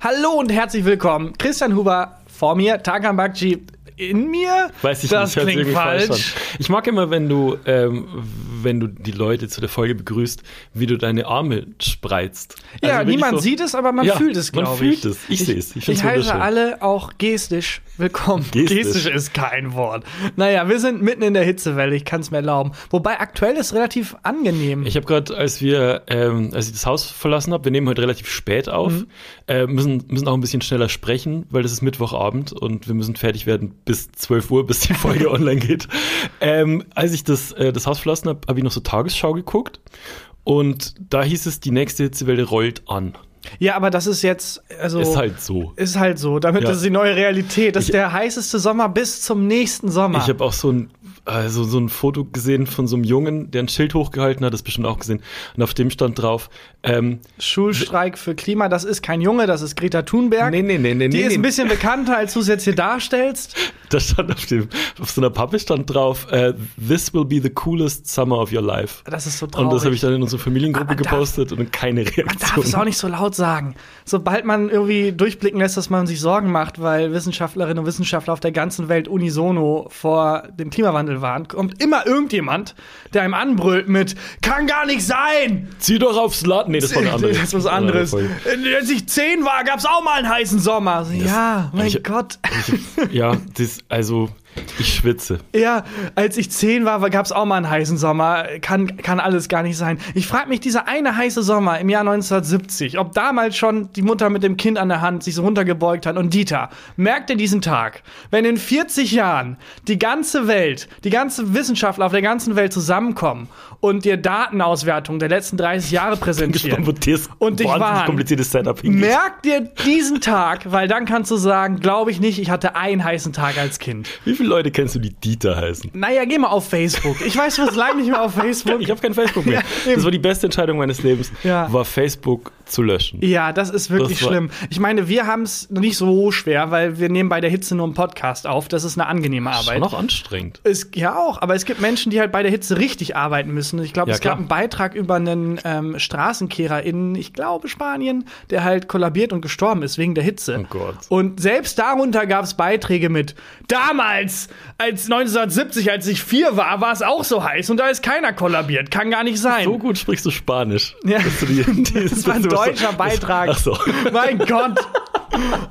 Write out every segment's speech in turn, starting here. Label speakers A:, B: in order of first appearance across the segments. A: Hallo und herzlich willkommen. Christian Huber vor mir, Tarkan Bakci in mir.
B: Weiß ich
A: das
B: nicht, hört sich
A: klingt
B: irgendwie
A: falsch.
B: an. Ich mag immer, wenn du, ähm, wenn du die Leute zu der Folge begrüßt, wie du deine Arme spreizt.
A: Ja,
B: Also wirklich
A: niemand
B: so-
A: sieht es, aber man
B: Ja,
A: fühlt es,
B: man
A: glaube ich.
B: fühlt es. Ich sehe es. Ich
A: Ich,
B: find's
A: heiße
B: wunderschön.
A: alle auch gestisch willkommen.
B: Gestisch.
A: ist kein Wort. Naja, wir sind mitten in der Hitzewelle, ich kann es mir erlauben. Wobei aktuell ist relativ angenehm.
B: Ich habe gerade, als wir, ähm, als ich das Haus verlassen habe, wir nehmen heute relativ spät auf,
A: Mhm.
B: äh, müssen, müssen auch ein bisschen schneller sprechen, weil das ist Mittwochabend und wir müssen fertig werden bis 12 Uhr, bis die Folge online geht. Ähm, als ich das, äh, das Haus verlassen habe, habe ich noch so Tagesschau geguckt und da hieß es, die nächste Hitzewelle rollt an.
A: ja, aber das ist jetzt, also.
B: Ist halt so.
A: Ist halt so. Damit
B: Ja.
A: ist die neue Realität. Das
B: Ich-
A: ist der heißeste Sommer bis zum nächsten Sommer.
B: Ich habe auch so ein, also so ein Foto gesehen von so einem Jungen, der ein Schild hochgehalten hat, das bestimmt auch gesehen. Und auf dem stand drauf, ähm,
A: Schulstreik für Klima, das ist kein Junge, das ist Greta Thunberg.
B: Nee, nee, nee, nee,
A: Die
B: nee,
A: ist ein
B: nee.
A: bisschen bekannter, als du es jetzt hier darstellst.
B: da stand auf dem, auf so einer Pappe stand drauf, äh, this will be the coolest summer of your life.
A: Das ist so traurig.
B: Und das habe ich dann in unsere Familiengruppe
A: Aber man darf-
B: gepostet und keine
A: Man darf es auch
B: Reaktion.
A: nicht so laut sagen. Sobald man irgendwie durchblicken lässt, dass man sich Sorgen macht, weil Wissenschaftlerinnen und Wissenschaftler auf der ganzen Welt unisono vor dem Klimawandel waren, kommt immer irgendjemand, der einem anbrüllt mit Kann gar nicht sein!
B: Zieh doch aufs Land. Nee, das war eine andere.
A: Das ist was
B: eine andere
A: anderes. Äh,
B: Folge.
A: Als ich zehn war, gab es auch mal einen heißen Sommer. So, ja, mein
B: ich-
A: Gott.
B: Ja, das, also, ich schwitze.
A: Ja, als ich zehn war, gab es auch mal einen heißen Sommer. Kann, kann alles gar nicht sein. Ich frage mich, dieser eine heiße Sommer im Jahr 1970, ob damals schon die Mutter mit dem Kind an der Hand sich so runtergebeugt hat. Und Dieter, merkt ihr diesen Tag, wenn in 40 Jahren die ganze Welt, die ganzen Wissenschaftler auf der ganzen Welt zusammenkommen und dir Datenauswertung der letzten 30 Jahre präsentieren?
B: Gespannt, wo das
A: Und dich
B: wahnsinnig
A: warnen.
B: kompliziertes Setup hingeht.
A: Merk dir diesen Tag, weil dann kannst du sagen, glaube ich nicht, ich hatte einen heißen Tag als Kind.
B: Wie viele Leute kennst du, die Dieter heißen?
A: Naja, geh mal auf Facebook. Ich weiß, du bist lange nicht mehr auf Facebook.
B: Ich habe kein Facebook mehr.
A: eben.
B: das war die beste Entscheidung meines Lebens,
A: Ja.
B: war Facebook zu löschen.
A: Ja, das ist wirklich
B: Das war-
A: schlimm. Ich meine, wir haben es nicht so schwer, weil wir nehmen bei der Hitze nur einen Podcast auf. Das ist eine angenehme
B: Das war
A: Arbeit.
B: noch anstrengend.
A: Es, ja, auch, aber es gibt Menschen, die halt bei der Hitze richtig arbeiten müssen. Ich glaube,
B: Ja,
A: es
B: klar.
A: gab einen Beitrag über einen ähm, Straßenkehrer in, ich glaube, Spanien, der halt kollabiert und gestorben ist wegen der Hitze.
B: Oh Gott.
A: Und selbst darunter gab es Beiträge mit, damals, als 1970, als ich vier war, war es auch so heiß und da ist keiner kollabiert. Kann gar nicht sein.
B: So gut sprichst du Spanisch.
A: Ja.
B: dass du die, die,
A: Das war ein
B: dass du-
A: deutscher Beitrag.
B: Ach so.
A: Mein Gott.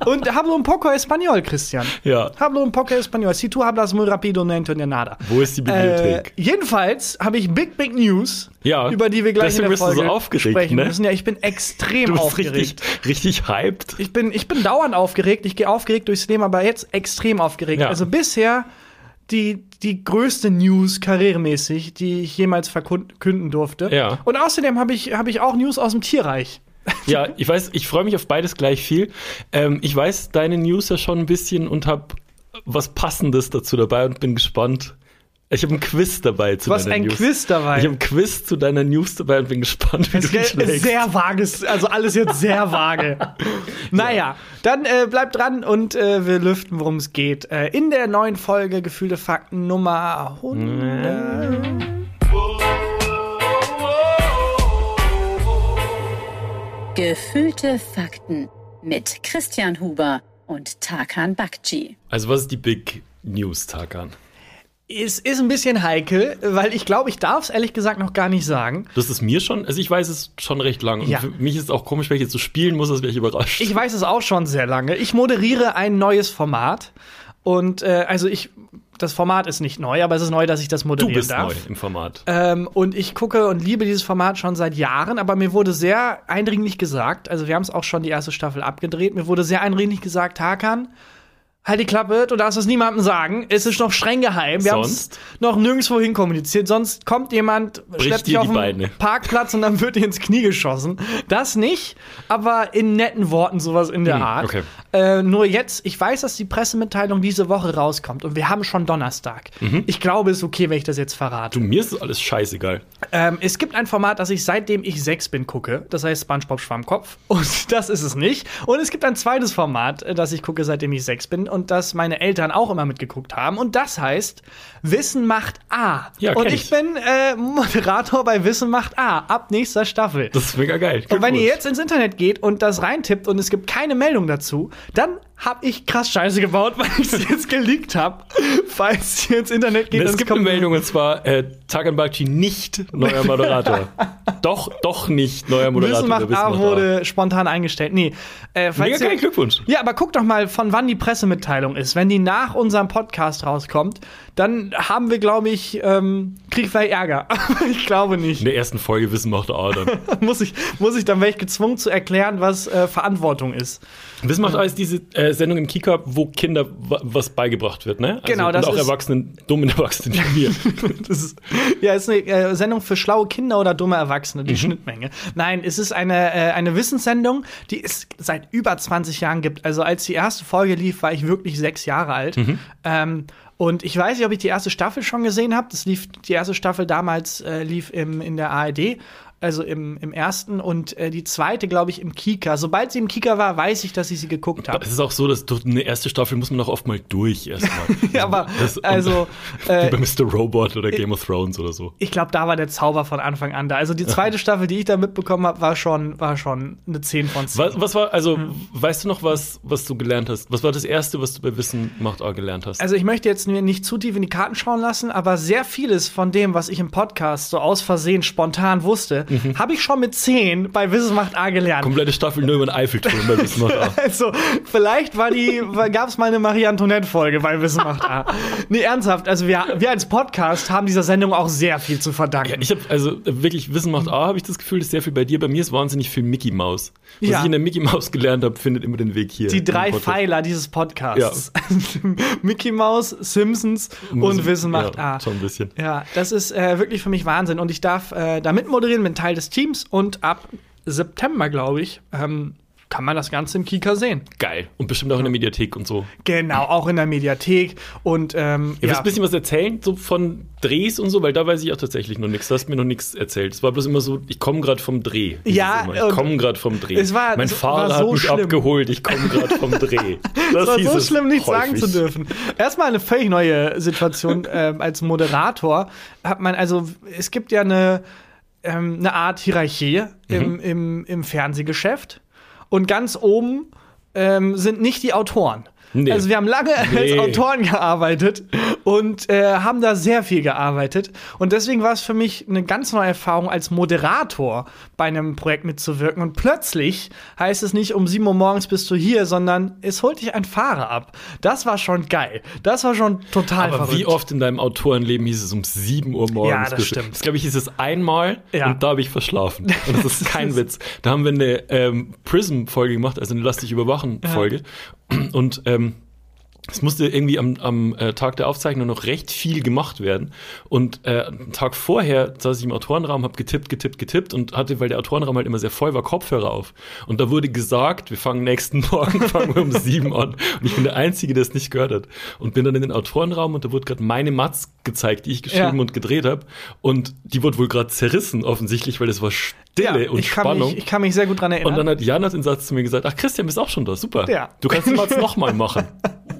A: Und hablo un poco español, Christian.
B: Ja.
A: Hablo un poco español. Si tú hablas muy rápido, no entiendo nada.
B: Wo ist die Bibliothek?
A: Äh, jedenfalls habe ich Big Big News,
B: Ja.
A: über die wir gleich
B: Deswegen
A: in der
B: bist du so
A: Folge
B: aufgeregt,
A: sprechen
B: ne?
A: müssen. Ja, ich bin extrem
B: du bist
A: aufgeregt.
B: richtig, richtig hyped.
A: Ich bin, ich bin dauernd aufgeregt. Ich gehe aufgeregt durchs Leben, aber jetzt extrem aufgeregt.
B: Ja.
A: Also bisher die, die größte News karrieremäßig, die ich jemals verkünden durfte.
B: Ja.
A: Und außerdem habe ich, habe ich auch News aus dem Tierreich.
B: Ja, ich weiß, ich freue mich auf beides gleich viel. Ähm, ich weiß deine News ja schon ein bisschen und habe was Passendes dazu dabei und bin gespannt. Ich habe ein Quiz dabei zu
A: Du hast
B: deiner
A: ein
B: News.
A: Quiz dabei.
B: Ich habe ein Quiz zu deiner News dabei und bin gespannt, wie
A: Es
B: du dich
A: ist
B: schlägst.
A: sehr vages, also alles jetzt sehr vage. Naja, dann äh, bleibt dran und äh, wir lüften, worum es geht. Äh, in der neuen Folge Gefühle Fakten Nummer 100.
C: Gefühlte Fakten mit Christian Huber und Tarkan Bakci.
B: Also was ist die Big News, Tarkan?
A: Es ist ein bisschen heikel, weil ich glaube, ich darf es ehrlich gesagt noch gar nicht sagen.
B: Das ist mir schon, also ich weiß es schon recht lang. Und
A: Ja.
B: für mich ist es auch komisch, wenn ich jetzt so spielen muss, als wäre ich überrascht.
A: Ich weiß es auch schon sehr lange. Ich moderiere ein neues Format und äh, also ich, das Format ist nicht neu, aber es ist neu, dass ich das
B: du
A: moderieren
B: bist
A: darf.
B: neu im Format.
A: Ähm, und ich gucke und liebe dieses Format schon seit Jahren, aber mir wurde sehr eindringlich gesagt, also wir haben es auch schon die erste Staffel abgedreht, mir wurde sehr eindringlich gesagt, Hakan, halt die Klappe, du darfst es niemandem sagen, es ist noch streng geheim, wir haben es
B: Sonst?
A: noch nirgendwo hin kommuniziert, sonst kommt jemand, schleppt dich
B: dir
A: auf
B: die
A: den
B: Beine.
A: Parkplatz und dann wird dir ins Knie geschossen. Das nicht, aber in netten Worten sowas in der
B: Hm,
A: Art.
B: okay.
A: Äh, nur jetzt, ich weiß, dass die Pressemitteilung diese Woche rauskommt und wir haben schon Donnerstag.
B: Mhm.
A: Ich glaube, es ist okay, wenn ich das jetzt verrate.
B: Du, mir ist das alles scheißegal.
A: Ähm, es gibt ein Format, das ich seitdem ich sechs bin gucke. Das heißt SpongeBob Schwammkopf. Und das ist es nicht. Und es gibt ein zweites Format, äh, das ich gucke, seitdem ich sechs bin. Und und dass meine Eltern auch immer mitgeguckt haben. Und das heißt, Wissen macht A.
B: Ja,
A: und
B: kenn
A: ich
B: ich.
A: bin äh, Moderator bei Wissen macht A ab nächster Staffel.
B: Das ist mega geil.
A: Und wenn ihr
B: Glückwunsch.
A: jetzt ins Internet geht und das reintippt und es gibt keine Meldung dazu, dann hab ich krass Scheiße gebaut, weil ich es jetzt geleakt hab. Falls ihr ins Internet geht, und
B: es gibt eine Meldung und zwar äh, Tagan Bakci nicht neuer Moderator. doch, doch nicht neuer Moderator.
A: Wissen macht
B: Wissen
A: A
B: macht
A: wurde spontan eingestellt. Nee, äh,
B: Mega
A: falls
B: geil,
A: ihr,
B: Glückwunsch.
A: ja, aber guck doch mal, von wann die Pressemitteilung ist. Wenn die nach unserem Podcast rauskommt, dann haben wir, glaube ich, ähm, krieg vielleicht Ärger. Aber ich glaube nicht.
B: In der ersten Folge Wissen macht A dann.
A: Muss ich, muss ich dann wäre ich gezwungen zu erklären, was äh, Verantwortung ist.
B: Wissen macht A ist diese äh, Sendung im Kika, wo Kinder wa- was beigebracht wird, ne? Also,
A: Genau, das
B: und auch
A: ist-
B: Erwachsenen, dummen Erwachsenen wie mir.
A: Das ist, ja, ist eine äh, Sendung für schlaue Kinder oder dumme Erwachsene,
B: Mhm.
A: die Schnittmenge. Nein, es ist eine, äh, eine Wissenssendung, die es seit über 20 Jahren gibt. Also als die erste Folge lief, war ich wirklich sechs Jahre alt.
B: Mhm.
A: Ähm, und ich weiß nicht, ob ich die erste Staffel schon gesehen habe. Das lief, die erste Staffel damals äh, lief im, in der ARD. Also im, im ersten und äh, die zweite, glaube ich, im Kika. Sobald sie im Kika war, weiß ich, dass ich sie geguckt habe.
B: Es ist auch so, dass durch eine erste Staffel muss man auch oft mal durch erstmal.
A: Ja, aber
B: Das- und-
A: also
B: Wie
A: äh,
B: bei Mr. Robot oder Game of Thrones oder so.
A: ich glaube, da war der Zauber von Anfang an da. Also die zweite Staffel, die ich da mitbekommen habe, war schon, war schon eine 10 von 10.
B: Was, was war, also,
A: hm.
B: weißt du noch was, was du gelernt hast? Was war das Erste, was du bei Wissen macht A gelernt hast?
A: Also ich möchte jetzt mir nicht zu tief in die Karten schauen lassen, aber sehr vieles von dem, was ich im Podcast so aus Versehen spontan wusste,
B: Mhm.
A: habe ich schon mit 10 bei Wissen macht A gelernt.
B: Komplette Staffel nur über den Eiffelturm bei Wissen macht A.
A: Also, vielleicht war die, gab es mal eine Marie Antoinette-Folge bei Wissen macht A. Nee, ernsthaft, also wir, wir als Podcast haben dieser Sendung auch sehr viel zu verdanken.
B: Ich habe also wirklich Wissen macht A, habe ich das Gefühl, ist sehr viel bei dir. Bei mir ist wahnsinnig viel Mickey Mouse. Was
A: Ja.
B: ich in der Mickey Mouse gelernt habe, findet immer den Weg hier.
A: Die
B: Äh, im
A: drei
B: Podcast.
A: Pfeiler dieses Podcasts. Mickey Mouse, Simpsons und Wissen macht
B: ja,
A: A.
B: So ein bisschen.
A: Ja, das ist äh, wirklich für mich Wahnsinn. Und ich darf äh, da mitmoderieren, bin Teil des Teams. Und ab September, glaube ich, ähm, kann man das Ganze im Kika sehen.
B: Geil. Und bestimmt auch in der Mediathek und so.
A: Genau, auch in der Mediathek. Und ähm, ja,
B: Ihr ja. willst ein bisschen was erzählen, so von Drehs und so, weil da weiß ich auch tatsächlich noch nichts. Du hast mir noch nichts erzählt. Es war bloß immer so, ich komme gerade vom Dreh. hieß
A: Ja,
B: es immer.
A: und
B: ich komme gerade vom Dreh.
A: es war-
B: mein
A: es
B: Fahrer
A: war so
B: hat mich
A: schlimm.
B: abgeholt, ich komme gerade vom Dreh. Das
A: es war
B: hieß
A: so
B: es
A: schlimm, nichts sagen
B: häufig.
A: zu dürfen. Erstmal eine völlig neue Situation ähm, als Moderator. Hat man, also es gibt ja eine, ähm, eine Art Hierarchie
B: Mhm.
A: im, im, im Fernsehgeschäft. Und ganz oben ähm, sind nicht die Autoren.
B: Nee.
A: Also wir haben lange als
B: Nee.
A: Autoren gearbeitet und äh, haben da sehr viel gearbeitet. Und deswegen war es für mich eine ganz neue Erfahrung, als Moderator bei einem Projekt mitzuwirken. Und plötzlich heißt es nicht, um 7 Uhr morgens bist du hier, sondern es holt dich ein Fahrer ab. Das war schon geil. Das war schon total
B: Aber
A: verrückt.
B: wie oft in deinem Autorenleben hieß es um 7 Uhr morgens?
A: Ja, das
B: bist du-
A: stimmt.
B: Das glaube ich, hieß es einmal
A: Ja.
B: und da habe ich verschlafen. Und das ist kein Witz. Da haben wir eine ähm, Prism-Folge gemacht, also eine Lass dich überwachen Folge. Und ähm, es musste irgendwie am, am äh, Tag der Aufzeichnung noch recht viel gemacht werden. Und äh, einen Tag vorher saß ich im Autorenraum, habe getippt, getippt, getippt und hatte, weil der Autorenraum halt immer sehr voll war, Kopfhörer auf. Und da wurde gesagt, wir fangen nächsten Morgen fangen wir um sieben an. Und ich bin der Einzige, der es nicht gehört hat. Und bin dann in den Autorenraum und da wurde gerade meine Matz gezeigt, die ich geschrieben
A: Ja.
B: und gedreht habe. Und die wurde wohl gerade zerrissen, offensichtlich, weil es war Stille und
A: ich, kann
B: Spannung.
A: mich, ich kann mich sehr gut dran erinnern.
B: Und dann hat Jan hat den Satz zu mir gesagt, ach Christian, bist auch schon da, super.
A: Ja.
B: Du kannst den Satz nochmal machen.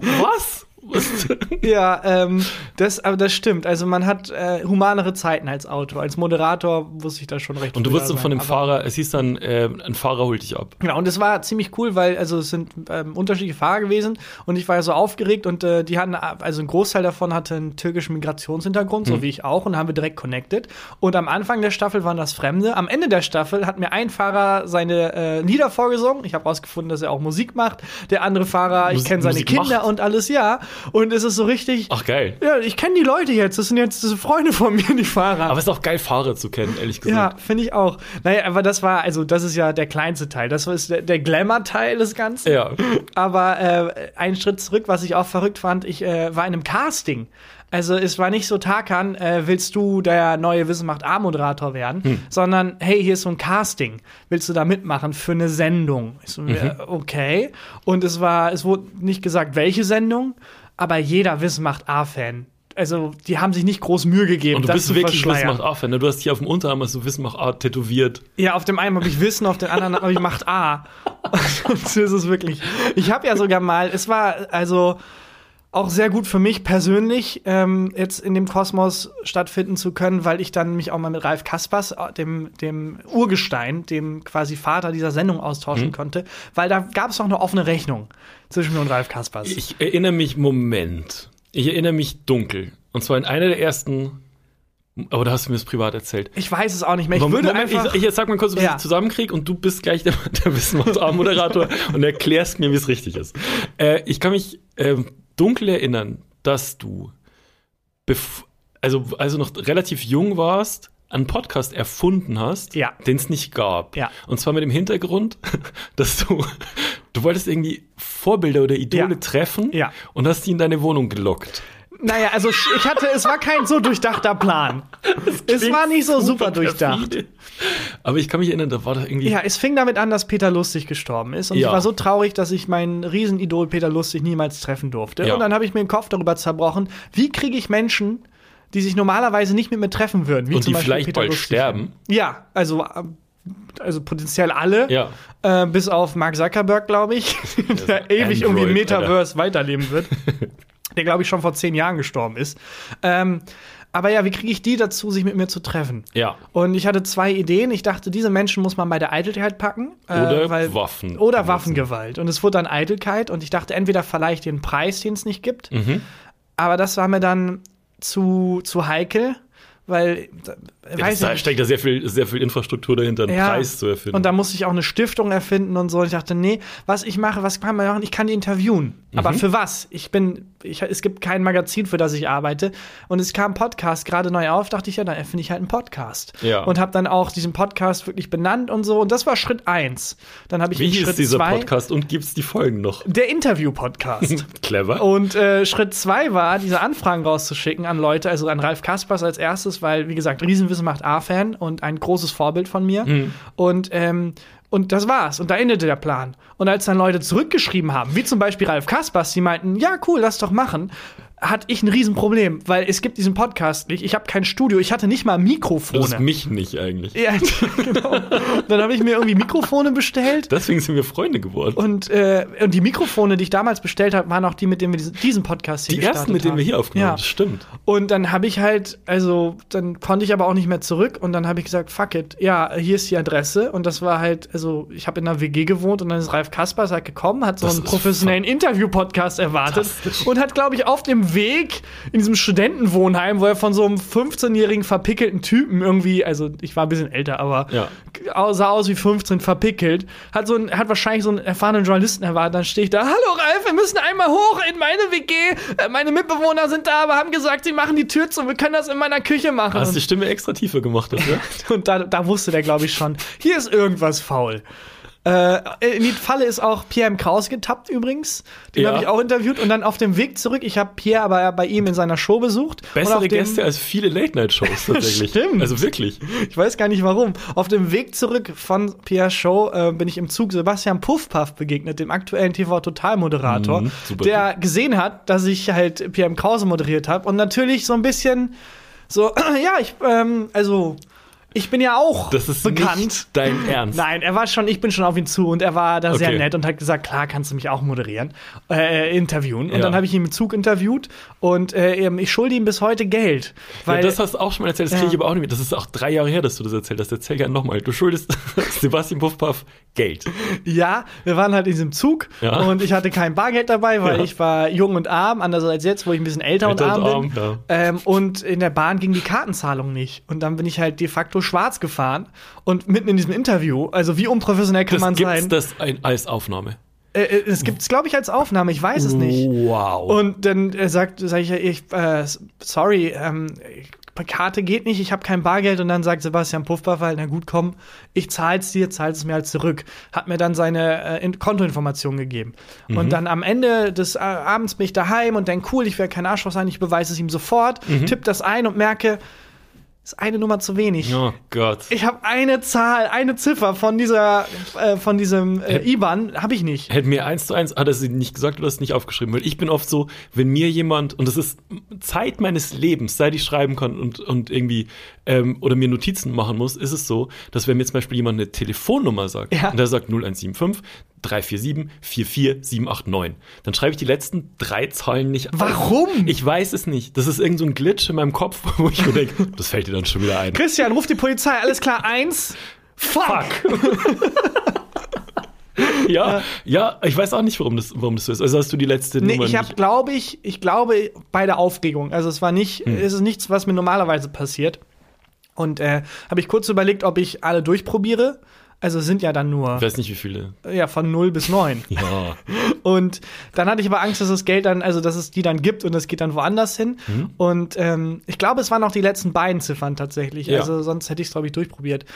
B: Was? Was?
A: Ja, ähm, das, aber das stimmt. Also man hat äh, humanere Zeiten als Autor. Als Moderator wusste ich da schon recht.
B: Und du
A: früher
B: wirst dann
A: sein,
B: von dem
A: aber-
B: Fahrer, es hieß dann, äh, ein Fahrer holt dich ab.
A: Genau, und es war ziemlich cool, weil also es sind ähm, unterschiedliche Fahrer gewesen und ich war ja so aufgeregt und äh, die hatten, also ein Großteil davon hatte einen türkischen Migrationshintergrund,
B: Mhm.
A: so wie ich auch, und dann haben wir direkt connected. Und am Anfang der Staffel waren das Fremde. Am Ende der Staffel hat mir ein Fahrer seine äh, Lieder vorgesungen. Ich habe rausgefunden dass er auch Musik macht. Der andere Fahrer, ich
B: Musik-
A: kenne seine
B: Musik
A: Kinder
B: macht?
A: und alles, ja. Und es ist so richtig.
B: Ach geil.
A: Ja, ich kenne die Leute jetzt. Das sind jetzt das sind Freunde von mir, die Fahrer.
B: Aber es ist auch geil, Fahrer zu kennen, ehrlich gesagt.
A: ja, finde ich auch. Naja, aber das war, also das ist ja der kleinste Teil. Das ist der, der Glamour-Teil des Ganzen.
B: Ja.
A: Aber äh, einen Schritt zurück, was ich auch verrückt fand, ich äh, war in einem Casting. Also es war nicht so, Tarkan, äh, willst du der neue Wissen macht A-Moderator werden,
B: Hm.
A: sondern hey, hier ist so ein Casting. Willst du da mitmachen für eine Sendung? Ich so,
B: Mhm.
A: äh, Okay. Und es war, es wurde nicht gesagt, welche Sendung, aber jeder Wissen macht A-Fan also die haben sich nicht groß Mühe gegeben.
B: Und du
A: das
B: bist
A: zu
B: wirklich
A: verschleiern.
B: Wissenmacht Affe, ne? Du hast hier auf dem Unterarm hast du Wissenmacht A tätowiert.
A: Ja, auf dem einen habe ich Wissen, auf den anderen habe ich Macht A. Und so ist es wirklich. Ich habe ja sogar mal, es war also auch sehr gut für mich persönlich, ähm, jetzt in dem Kosmos stattfinden zu können, weil ich dann mich auch mal mit Ralf Kaspers, äh, dem, dem Urgestein, dem quasi Vater dieser Sendung
B: Mhm.
A: austauschen konnte, weil da gab es auch eine offene Rechnung zwischen mir und Ralf Kaspers.
B: Ich erinnere mich, Moment. Ich erinnere mich dunkel. Und zwar in einer der ersten. Aber da hast du mir das privat erzählt.
A: Ich weiß es auch nicht mehr. Ich
B: Moment,
A: würde
B: Moment,
A: einfach.
B: ich, ich jetzt sag mal kurz, was
A: Ja.
B: ich zusammenkriege und du bist gleich der, der Wissenschaftsmoderator und erklärst mir, wie es richtig ist. Äh, ich kann mich ähm, dunkel erinnern, dass du, bef- also als du noch relativ jung warst, einen Podcast erfunden hast,
A: Ja.
B: den es nicht gab.
A: Ja.
B: Und zwar mit dem Hintergrund, dass du, du wolltest irgendwie Vorbilder oder Idole
A: Ja.
B: treffen
A: Ja.
B: und hast die in deine Wohnung gelockt.
A: naja, also ich hatte, es war kein so durchdachter Plan. Es war nicht so super durchdacht.
B: Perfide. Aber ich kann mich erinnern, da war doch irgendwie
A: Ja, es fing damit an, dass Peter Lustig gestorben ist. Und
B: Ja.
A: ich war so traurig, dass ich meinen Riesenidol Peter Lustig niemals treffen durfte.
B: Ja.
A: Und dann habe ich mir den Kopf darüber zerbrochen, wie kriege ich Menschen, die sich normalerweise nicht mit mir treffen würden, wie
B: Und
A: zum
B: die
A: Beispiel
B: vielleicht
A: Peter
B: bald
A: Lustig.
B: sterben.
A: Ja, also, äh, also potenziell alle.
B: Ja.
A: Äh, bis auf Mark Zuckerberg, glaube ich, der ewig irgendwie im
B: Android, Alter.
A: Metaverse weiterleben wird. der, glaube ich, schon vor zehn Jahren gestorben ist. Ähm, aber ja, wie kriege ich die dazu, sich mit mir zu treffen?
B: Ja.
A: Und ich hatte zwei Ideen. Ich dachte, diese Menschen muss man bei der Eitelkeit packen. äh,
B: Oder Waffen
A: Oder
B: benutzen.
A: Waffengewalt. Und es wurde dann Eitelkeit. Und ich dachte, entweder verleihe ich den Preis, den es nicht gibt.
B: Mhm.
A: Aber das war mir dann zu, zu heikel, weil. äh,
B: Ja,
A: weiß
B: da
A: ich
B: steckt ja sehr viel, sehr viel Infrastruktur dahinter, einen Preis zu erfinden.
A: und da musste ich auch eine Stiftung erfinden und so. Und ich dachte, nee, was ich mache, was kann man machen? Ich kann die interviewen. Aber
B: Mhm.
A: für was? Ich bin, ich, es gibt kein Magazin, für das ich arbeite. Und es kam ein Podcast gerade neu auf, dachte ich, ja, dann erfinde ich halt einen Podcast.
B: Ja.
A: Und habe dann auch diesen Podcast wirklich benannt und so. Und das war Schritt eins. Dann habe ich
B: Wie
A: in
B: hieß
A: Schritt
B: dieser
A: zwei,
B: Podcast und gibt es die Folgen noch?
A: Der Interview-Podcast.
B: Clever.
A: Und äh, Schritt zwei war, diese Anfragen rauszuschicken an Leute, also an Ralf Kaspers als erstes, weil, wie gesagt, Riesenwissen macht A-Fan und ein großes Vorbild von mir. Und, ähm, und das war's. Und da endete der Plan. Und als dann Leute zurückgeschrieben haben, wie zum Beispiel Ralf Kaspers, die meinten, ja, cool, lass doch machen, hatte ich ein Riesenproblem, weil es gibt diesen Podcast nicht, ich habe kein Studio, ich hatte nicht mal
B: Du hast
A: Mikrofone.
B: mich nicht eigentlich.
A: Ja, genau. Dann habe ich mir irgendwie Mikrofone bestellt.
B: Deswegen sind wir Freunde geworden.
A: Und, äh, und die Mikrofone, die ich damals bestellt habe, waren auch die, mit denen wir diesen- diesen Podcast hier
B: die
A: gestartet
B: ersten, mit denen wir hier
A: haben.
B: aufgenommen haben,
A: Ja.
B: das stimmt.
A: Und dann habe ich halt, also, dann konnte ich aber auch nicht mehr zurück und dann habe ich gesagt, fuck it, ja, hier ist die Adresse. Und das war halt, also, ich habe in einer WG gewohnt und dann ist Ralf Kaspers halt gekommen, hat so
B: Das
A: einen
B: ist
A: professionellen Interview-Podcast erwartet und hat, glaube ich, auf dem Weg in diesem Studentenwohnheim, wo er von so einem 15-jährigen verpickelten Typen irgendwie, also, ich war ein bisschen älter, aber
B: Ja.
A: au- sah aus wie 15, verpickelt, hat, so ein, hat wahrscheinlich so einen erfahrenen Journalisten erwartet. Dann stehe ich da, hallo Ralf, wir müssen einmal hoch in meine WG. Äh, Meine Mitbewohner sind da, aber haben gesagt, sie machen die Tür zu, wir können das in meiner Küche machen.
B: Hast die Stimme extra tiefer gemacht dafür?
A: Und da, da wusste der, glaube ich, schon, hier ist irgendwas faul. Äh, in die Falle ist auch Pierre M. Kraus getappt übrigens. Den
B: Ja.
A: habe ich auch interviewt. Und dann auf dem Weg zurück, ich habe Pierre aber bei ihm in seiner Show besucht. Und auf
B: Bessere
A: dem-
B: Gäste als viele Late-Night-Shows tatsächlich.
A: Stimmt.
B: Also wirklich.
A: Ich weiß gar nicht warum. Auf dem Weg zurück von Pierre Show äh, bin ich im Zug Sebastian Puffpaff begegnet, dem aktuellen TV-Total-Moderator,
B: Mhm, super.
A: der gesehen hat, dass ich halt Pierre M. Krause moderiert habe und natürlich so ein bisschen so, ja, ich, ähm, also, ich bin ja auch
B: Das ist
A: bekannt.
B: nicht dein Ernst.
A: Nein, er war schon, ich bin schon auf ihn zu und er war da sehr
B: Okay.
A: nett und hat gesagt, klar, kannst du mich auch moderieren, äh, interviewen. Und
B: Ja.
A: dann habe ich ihn im Zug interviewt und äh, eben, ich schulde ihm bis heute Geld. Weil
B: ja, das hast du auch schon mal erzählt, das kriege ich aber auch nicht mehr. Das ist auch drei Jahre her, dass du das erzählt hast. Erzähl gerne nochmal. Du schuldest Sebastian Puffpaff Geld.
A: Ja, wir waren halt in diesem Zug
B: Ja.
A: und ich hatte kein Bargeld dabei, weil
B: Ja.
A: ich war jung und arm, anders als jetzt, wo ich ein bisschen älter,
B: Älter
A: und
B: und
A: arm bin.
B: arm,
A: Ähm, und in der Bahn ging die Kartenzahlung nicht. Und dann bin ich halt de facto schwarz gefahren und mitten in diesem Interview, also wie unprofessionell kann
B: Das
A: man
B: gibt's
A: sein?
B: das ein, als Aufnahme.
A: Äh, äh, es gibt's, glaube ich, als Aufnahme, ich weiß es
B: Oh.
A: nicht.
B: Wow.
A: Und dann äh, sagt, sag ich, ja, ich äh, s- sorry, ähm, Karte geht nicht, ich habe kein Bargeld. Und dann sagt Sebastian Puffbach, halt, na gut, komm, ich zahl's dir, zahl's mir halt zurück. Hat mir dann seine äh, In- Kontoinformation gegeben. Und dann am Ende des äh, Abends bin ich daheim und denk, cool, ich werde kein Arschloch sein, ich beweise es ihm sofort, tipp das ein und merke, Ist eine Nummer zu wenig.
B: Oh Gott.
A: Ich habe eine Zahl, eine Ziffer von dieser, äh, von diesem äh,
B: Äh,
A: IBAN habe ich nicht.
B: Hätte mir eins zu eins, hat er sie nicht gesagt oder es nicht aufgeschrieben, weil ich bin oft so, wenn mir jemand, und das ist Zeit meines Lebens, seit ich schreiben kann und, und irgendwie, ähm, oder mir Notizen machen muss, ist es so, dass wenn mir zum Beispiel jemand eine Telefonnummer sagt,
A: Ja.
B: und der sagt 0175 347 44789, dann schreibe ich die letzten drei Zahlen nicht auf.
A: Warum?
B: Ich weiß es nicht. Das ist irgend so ein Glitch in meinem Kopf, wo ich mir denke, das fällt dir dann schon wieder ein.
A: Christian, ruf die Polizei, alles klar, eins. Fuck!
B: Ja, ja, ich weiß auch nicht, warum das, warum das so ist. Also hast du die letzte
A: Nee,
B: Nummer
A: ich habe,
B: nicht.
A: glaube ich, ich glaube bei der Aufregung. Also es war nicht,
B: Hm.
A: es ist nichts, was mir normalerweise passiert. Und äh, habe ich kurz überlegt, ob ich alle durchprobiere. Also es sind ja dann nur
B: Ich weiß nicht, wie viele.
A: ja, von 0 bis 9.
B: Ja.
A: Und dann hatte ich aber Angst, dass das Geld dann, also dass es die dann gibt und es geht dann woanders hin.
B: Hm.
A: Und ähm, ich glaube, es waren auch die letzten beiden Ziffern tatsächlich.
B: Ja.
A: Also sonst hätte ich es, glaube ich, durchprobiert.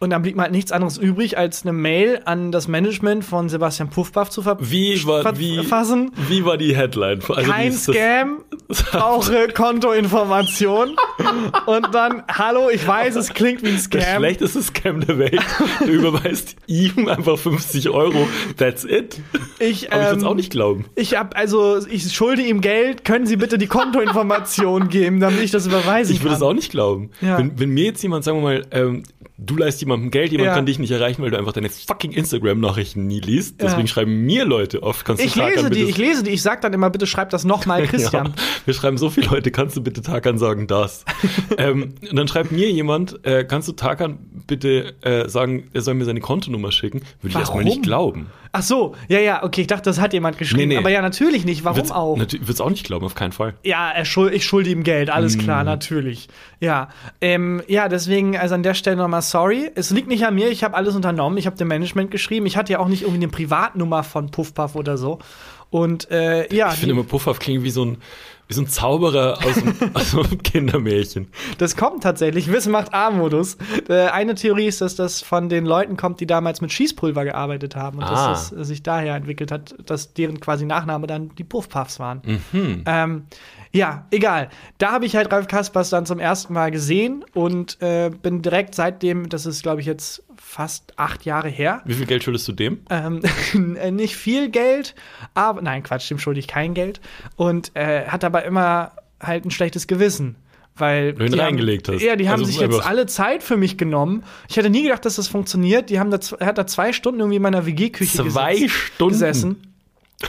A: Und dann blieb mir halt nichts anderes übrig, als eine Mail an das Management von Sebastian Puffbaff zu ver
B: Wie war,
A: ver-
B: wie,
A: fassen.
B: wie war die Headline? Also die
A: Kein
B: ist das-
A: Scam, brauche Kontoinformation. und dann, hallo, ich weiß, es klingt wie ein
B: Der
A: Scam.
B: schlechteste Scam der Welt. Du überweist ihm einfach 50 Euro. That's it.
A: Ich,
B: Aber ich würde
A: ähm,
B: es auch nicht glauben.
A: Ich hab, also, ich schulde ihm Geld. Können Sie bitte die Kontoinformation geben, damit ich das überweisen
B: Ich würde
A: kann?
B: es auch nicht glauben.
A: Ja.
B: Wenn, wenn mir jetzt jemand, sagen wir mal, ähm, du leist jemandem Geld, jemand
A: Ja.
B: kann dich nicht erreichen, weil du einfach deine fucking Instagram-Nachrichten nie liest. Deswegen schreiben mir Leute oft, kannst du
A: Ich
B: Tarkan
A: lese die,
B: bitte-
A: ich lese die. Ich sag dann immer, bitte schreib das nochmal, Christian.
B: Ja, wir schreiben so viele Leute, kannst du bitte Tarkan sagen das? ähm, und dann schreibt mir jemand, äh, kannst du Tarkan bitte äh, sagen, er soll mir seine Kontonummer schicken? Würde ich erstmal
A: Warum?
B: nicht glauben.
A: Ach so, ja, ja, okay, ich dachte, das hat jemand geschrieben.
B: Nee, nee.
A: Aber ja, natürlich nicht. Warum
B: Wird's-
A: auch?
B: Natürlich, würde es auch nicht glauben, auf keinen Fall.
A: Ja, er schuld, ich schulde ihm Geld, alles
B: Mhm.
A: klar, natürlich. Ja, ähm, ja, deswegen, also an der Stelle nochmal sorry. Es liegt nicht an mir, ich habe alles unternommen, ich habe dem Management geschrieben, ich hatte ja auch nicht irgendwie eine Privatnummer von Puffpuff oder so. Und äh, ja,
B: Ich finde immer Puffhaft klingt wie so ein, wie so ein Zauberer aus einem, aus einem Kindermärchen.
A: Das kommt tatsächlich. Wissen macht A-Modus. Äh, Eine Theorie ist, dass das von den Leuten kommt, die damals mit Schießpulver gearbeitet haben und
B: Ah.
A: dass das äh, sich daher entwickelt hat, dass deren quasi Nachname dann die Puffpuffs waren. Ähm, ja, egal. Da habe ich halt Ralf Kaspers dann zum ersten Mal gesehen und äh, bin direkt seitdem, das ist glaube ich jetzt fast acht Jahre her,
B: Wie viel Geld schuldest du dem?
A: ähm, äh, nicht viel Geld, aber nein, Quatsch, dem schulde ich kein Geld und äh, hat aber immer halt ein schlechtes Gewissen. Weil
B: du ihn
A: die
B: reingelegt
A: haben,
B: hast.
A: Ja, die haben
B: Also
A: sich jetzt
B: einfach-
A: alle Zeit für mich genommen. Ich hätte nie gedacht, dass das funktioniert. Die haben da, z- er hat da zwei Stunden irgendwie in meiner WG-Küche
B: Zwei Stunden?
A: gesessen.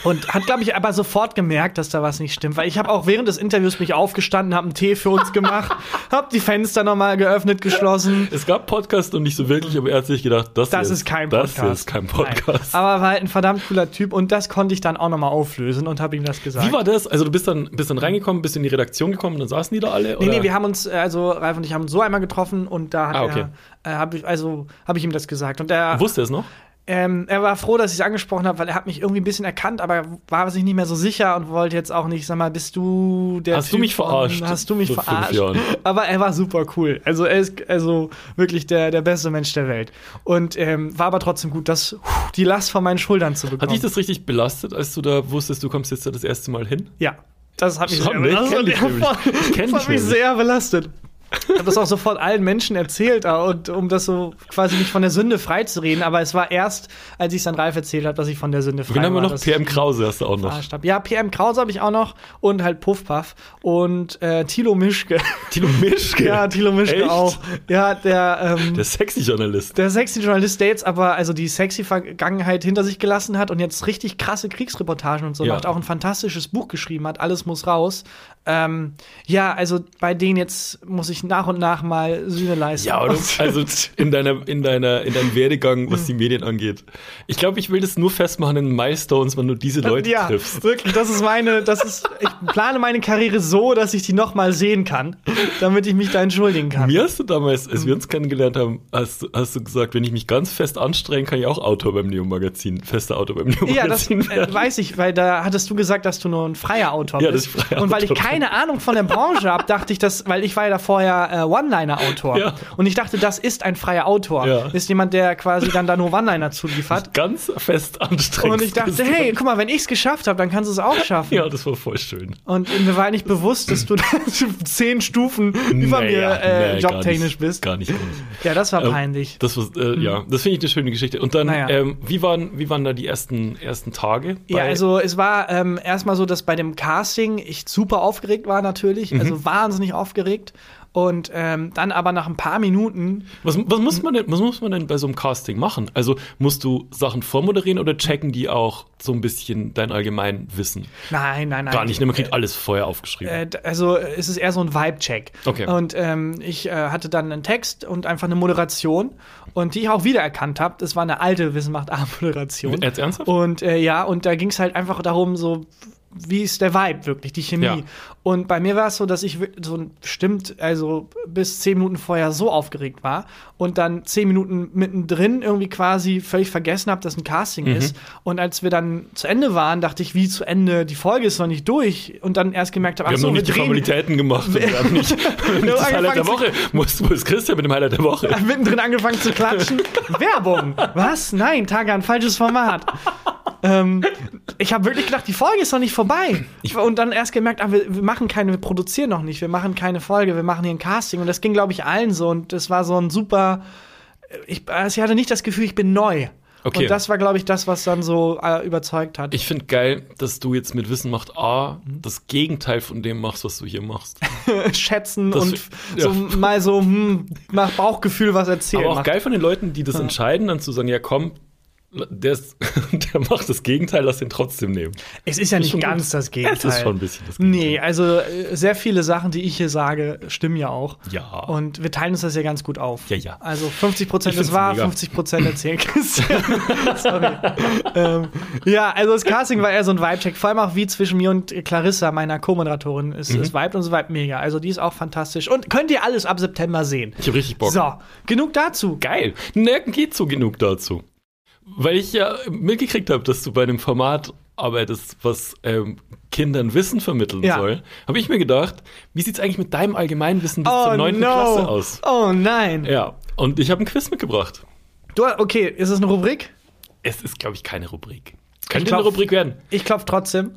A: Und hat, glaube ich, aber sofort gemerkt, dass da was nicht stimmt. Weil ich habe auch während des Interviews mich aufgestanden, habe einen Tee für uns gemacht, habe die Fenster nochmal geöffnet, geschlossen.
B: Es gab Podcast und nicht so wirklich, aber er hat sich gedacht, das,
A: Das
B: hier
A: ist kein
B: das
A: Podcast.
B: hier ist kein Podcast.
A: Nein. Aber war halt ein verdammt cooler Typ und das konnte ich dann auch nochmal auflösen und habe ihm das gesagt.
B: Wie war das? Also du bist dann, bist dann reingekommen, bist in die Redaktion gekommen, dann saßen die da alle?
A: Nee,
B: oder?
A: nee, wir haben uns, äh, also Ralf und ich haben uns so einmal getroffen und da hat
B: Ah, okay.
A: er, äh, hab ich, also habe ich ihm das gesagt. Und er,
B: Wusste er es noch?
A: ähm, er war froh, dass ich es angesprochen habe, weil er hat mich irgendwie ein bisschen erkannt, aber war sich nicht mehr so sicher und wollte jetzt auch nicht, sag mal, bist du der
B: Hast du
A: Typ
B: mich verarscht
A: von- Hast du mich
B: vor fünf
A: verarscht?
B: Jahren?
A: Aber er war super cool. Also er ist also wirklich der, der beste Mensch der Welt. Und ähm, war aber trotzdem gut, das, puh, die Last von meinen Schultern zu bekommen.
B: Hat dich das richtig belastet, als du da wusstest, du kommst jetzt da das erste Mal hin?
A: Ja, das hat mich sehr
B: Schon, ne? Ich kenn
A: belastet.
B: dich nämlich.
A: Ja, voll.
B: Ich kenn
A: Das
B: dich
A: hat mich
B: nämlich.
A: sehr belastet. Ich habe das auch sofort allen Menschen erzählt, äh, und um das so quasi nicht von der Sünde freizureden, aber es war erst, als ich es dann Ralf erzählt habe, dass ich von der Sünde frei
B: Und dann haben wir
A: war.
B: noch
A: dass
B: PM
A: ich
B: Krause hast du auch noch.
A: verarscht hab. Ja, PM Krause habe ich auch noch und halt Puffpuff und äh, Thilo Mischke.
B: Tilo Mischke.
A: ja, Thilo Mischke
B: Echt?
A: auch. Ja, der, ähm,
B: Der sexy Journalist.
A: der sexy Journalist, der jetzt aber also die sexy Vergangenheit hinter sich gelassen hat und jetzt richtig krasse Kriegsreportagen und so
B: Ja.
A: macht, auch ein fantastisches Buch geschrieben hat, alles muss raus. Ähm, ja, also bei denen jetzt muss ich nach und nach mal Sühne leisten.
B: Ja, oder? also in deiner, in deiner, in deinem Werdegang, was die Medien angeht. Ich glaube, ich will das nur festmachen in Milestones, wenn du diese Leute
A: ja,
B: triffst.
A: wirklich, das ist meine, das ist, ich plane meine Karriere so, dass ich die nochmal sehen kann, damit ich mich da entschuldigen kann.
B: Mir hast du damals, als wir uns kennengelernt haben, hast, du- hast du gesagt, wenn ich mich ganz fest anstrenge, kann ich auch Autor beim Neo-Magazin, fester Autor beim
A: Ja, das
B: Neo-Magazin
A: äh, weiß ich, weil da hattest du gesagt, dass du nur ein freier Autor
B: Ja,
A: bist.
B: dass ich freier
A: und weil ich
B: Autor bin.
A: keine Ahnung von der Branche habe, dachte ich das, weil ich war ja da vorher freier äh, One-Liner-Autor.
B: Ja.
A: Und ich dachte, das ist ein freier Autor.
B: Ja.
A: Ist jemand, der quasi dann da nur One-Liner zuliefert.
B: Ganz fest anstrengend.
A: Und ich dachte, hey, guck mal, wenn ich es geschafft habe, dann kannst du es auch schaffen.
B: Ja, das war voll schön.
A: Und mir war nicht bewusst, dass du da zehn Stufen über
B: Naja,
A: mir äh,
B: nee, gar
A: jobtechnisch
B: nicht,
A: bist.
B: Gar nicht, gar nicht.
A: Ja, das war
B: Ähm,
A: peinlich. Mhm.
B: Das war, äh, ja, das finde ich eine schöne Geschichte. Und dann,
A: Naja.
B: ähm, wie, waren, wie waren da die ersten, ersten Tage?
A: Ja,
B: bei-
A: also es war ähm, erstmal so, dass bei dem Casting ich super aufgeregt war natürlich,
B: Mhm.
A: also wahnsinnig aufgeregt. Und ähm, dann aber nach ein paar Minuten,
B: Was, was, muss man denn, was muss man denn bei so einem Casting machen? Also musst du Sachen vormoderieren oder checken die auch so ein bisschen dein Allgemeinwissen?
A: nein, nein, nein.
B: Gar nicht, ne? man kriegt alles vorher aufgeschrieben.
A: Äh, d- also äh, es ist eher so ein Vibe-Check.
B: Okay.
A: Und ähm, ich äh, hatte dann einen Text und einfach eine Moderation und die ich auch wiedererkannt habe. Das war eine alte Wissen macht A-Moderation.
B: Jetzt ernsthaft?
A: Und äh, ja, und da ging es halt einfach darum, so wie ist der Vibe wirklich, die Chemie.
B: Ja.
A: Und bei mir war es so, dass ich wir- so ein- bestimmt, also bis zehn Minuten vorher so aufgeregt war und dann zehn Minuten mittendrin irgendwie quasi völlig vergessen habe, dass ein Casting
B: Mhm.
A: ist. Und als wir dann zu Ende waren, dachte ich, wie zu Ende, die Folge ist noch nicht durch. Und dann erst gemerkt habe,
B: wir
A: ach
B: haben noch
A: so, wir
B: nicht die
A: drehen
B: Formalitäten gemacht. und Wir haben nicht, wir haben nicht das
A: angefangen
B: Highlight der
A: zu-
B: Woche. Wo ist, wo ist Christian mit dem Highlight der Woche?
A: mittendrin angefangen zu klatschen. Werbung! Was? Nein, Tagan, falsches Format. ähm, ich habe wirklich gedacht, die Folge ist noch nicht vorbei. und dann erst gemerkt, ah, wir, wir machen keine, wir produzieren noch nicht, wir machen keine Folge, wir machen hier ein Casting. Und das ging, glaube ich, allen so. Und das war so ein super. Ich, also ich hatte nicht das Gefühl, ich bin neu.
B: Okay.
A: Und das war, glaube ich, das, was dann so äh, überzeugt hat.
B: Ich finde geil, dass du jetzt mit Wissen macht A
A: Mhm.
B: das Gegenteil von dem machst, was du hier machst.
A: Schätzen
B: Das-
A: und f- so,
B: ja.
A: mal so hm, nach Bauchgefühl was erzählen.
B: Aber auch
A: macht.
B: geil von den Leuten, die das entscheiden, dann zu sagen, ja komm, der, ist, der macht das Gegenteil, lass den trotzdem nehmen.
A: Es ist ja nicht
B: schon
A: ganz
B: gut.
A: das Gegenteil.
B: Es ist schon ein bisschen das Gegenteil.
A: Nee, also äh, sehr viele Sachen, die ich hier sage, stimmen ja auch.
B: Ja.
A: Und wir teilen uns das ja ganz gut auf.
B: Ja, ja.
A: Also 50 Prozent
B: Ich find's
A: ist wahr,
B: mega.
A: 50 Prozent erzählt Christian. Sorry. ähm, ja, also das Casting war eher so ein Vibe-Check. Vor allem auch wie zwischen mir und Clarissa, meiner Co-Moderatorin, ist
B: Mhm.
A: es Vibe und es Vibe mega. Also die ist auch fantastisch. Und könnt ihr alles ab September sehen.
B: Ich habe richtig Bock.
A: So, genug dazu.
B: Geil. Ne, geht so genug dazu. Weil ich ja mitgekriegt habe, dass du bei einem Format arbeitest, was ähm, Kindern Wissen vermitteln
A: Ja.
B: soll, habe ich mir gedacht, wie sieht's eigentlich mit deinem Allgemeinwissen bis zur
A: Oh,
B: 9. Klasse
A: no.
B: aus? Äh.
A: oh nein.
B: Ja, und ich habe ein Quiz mitgebracht.
A: Du, okay, ist es eine Rubrik?
B: Es ist, glaube ich, keine Rubrik. Könnte
A: glaub-
B: eine Rubrik werden.
A: Ich klopfe trotzdem.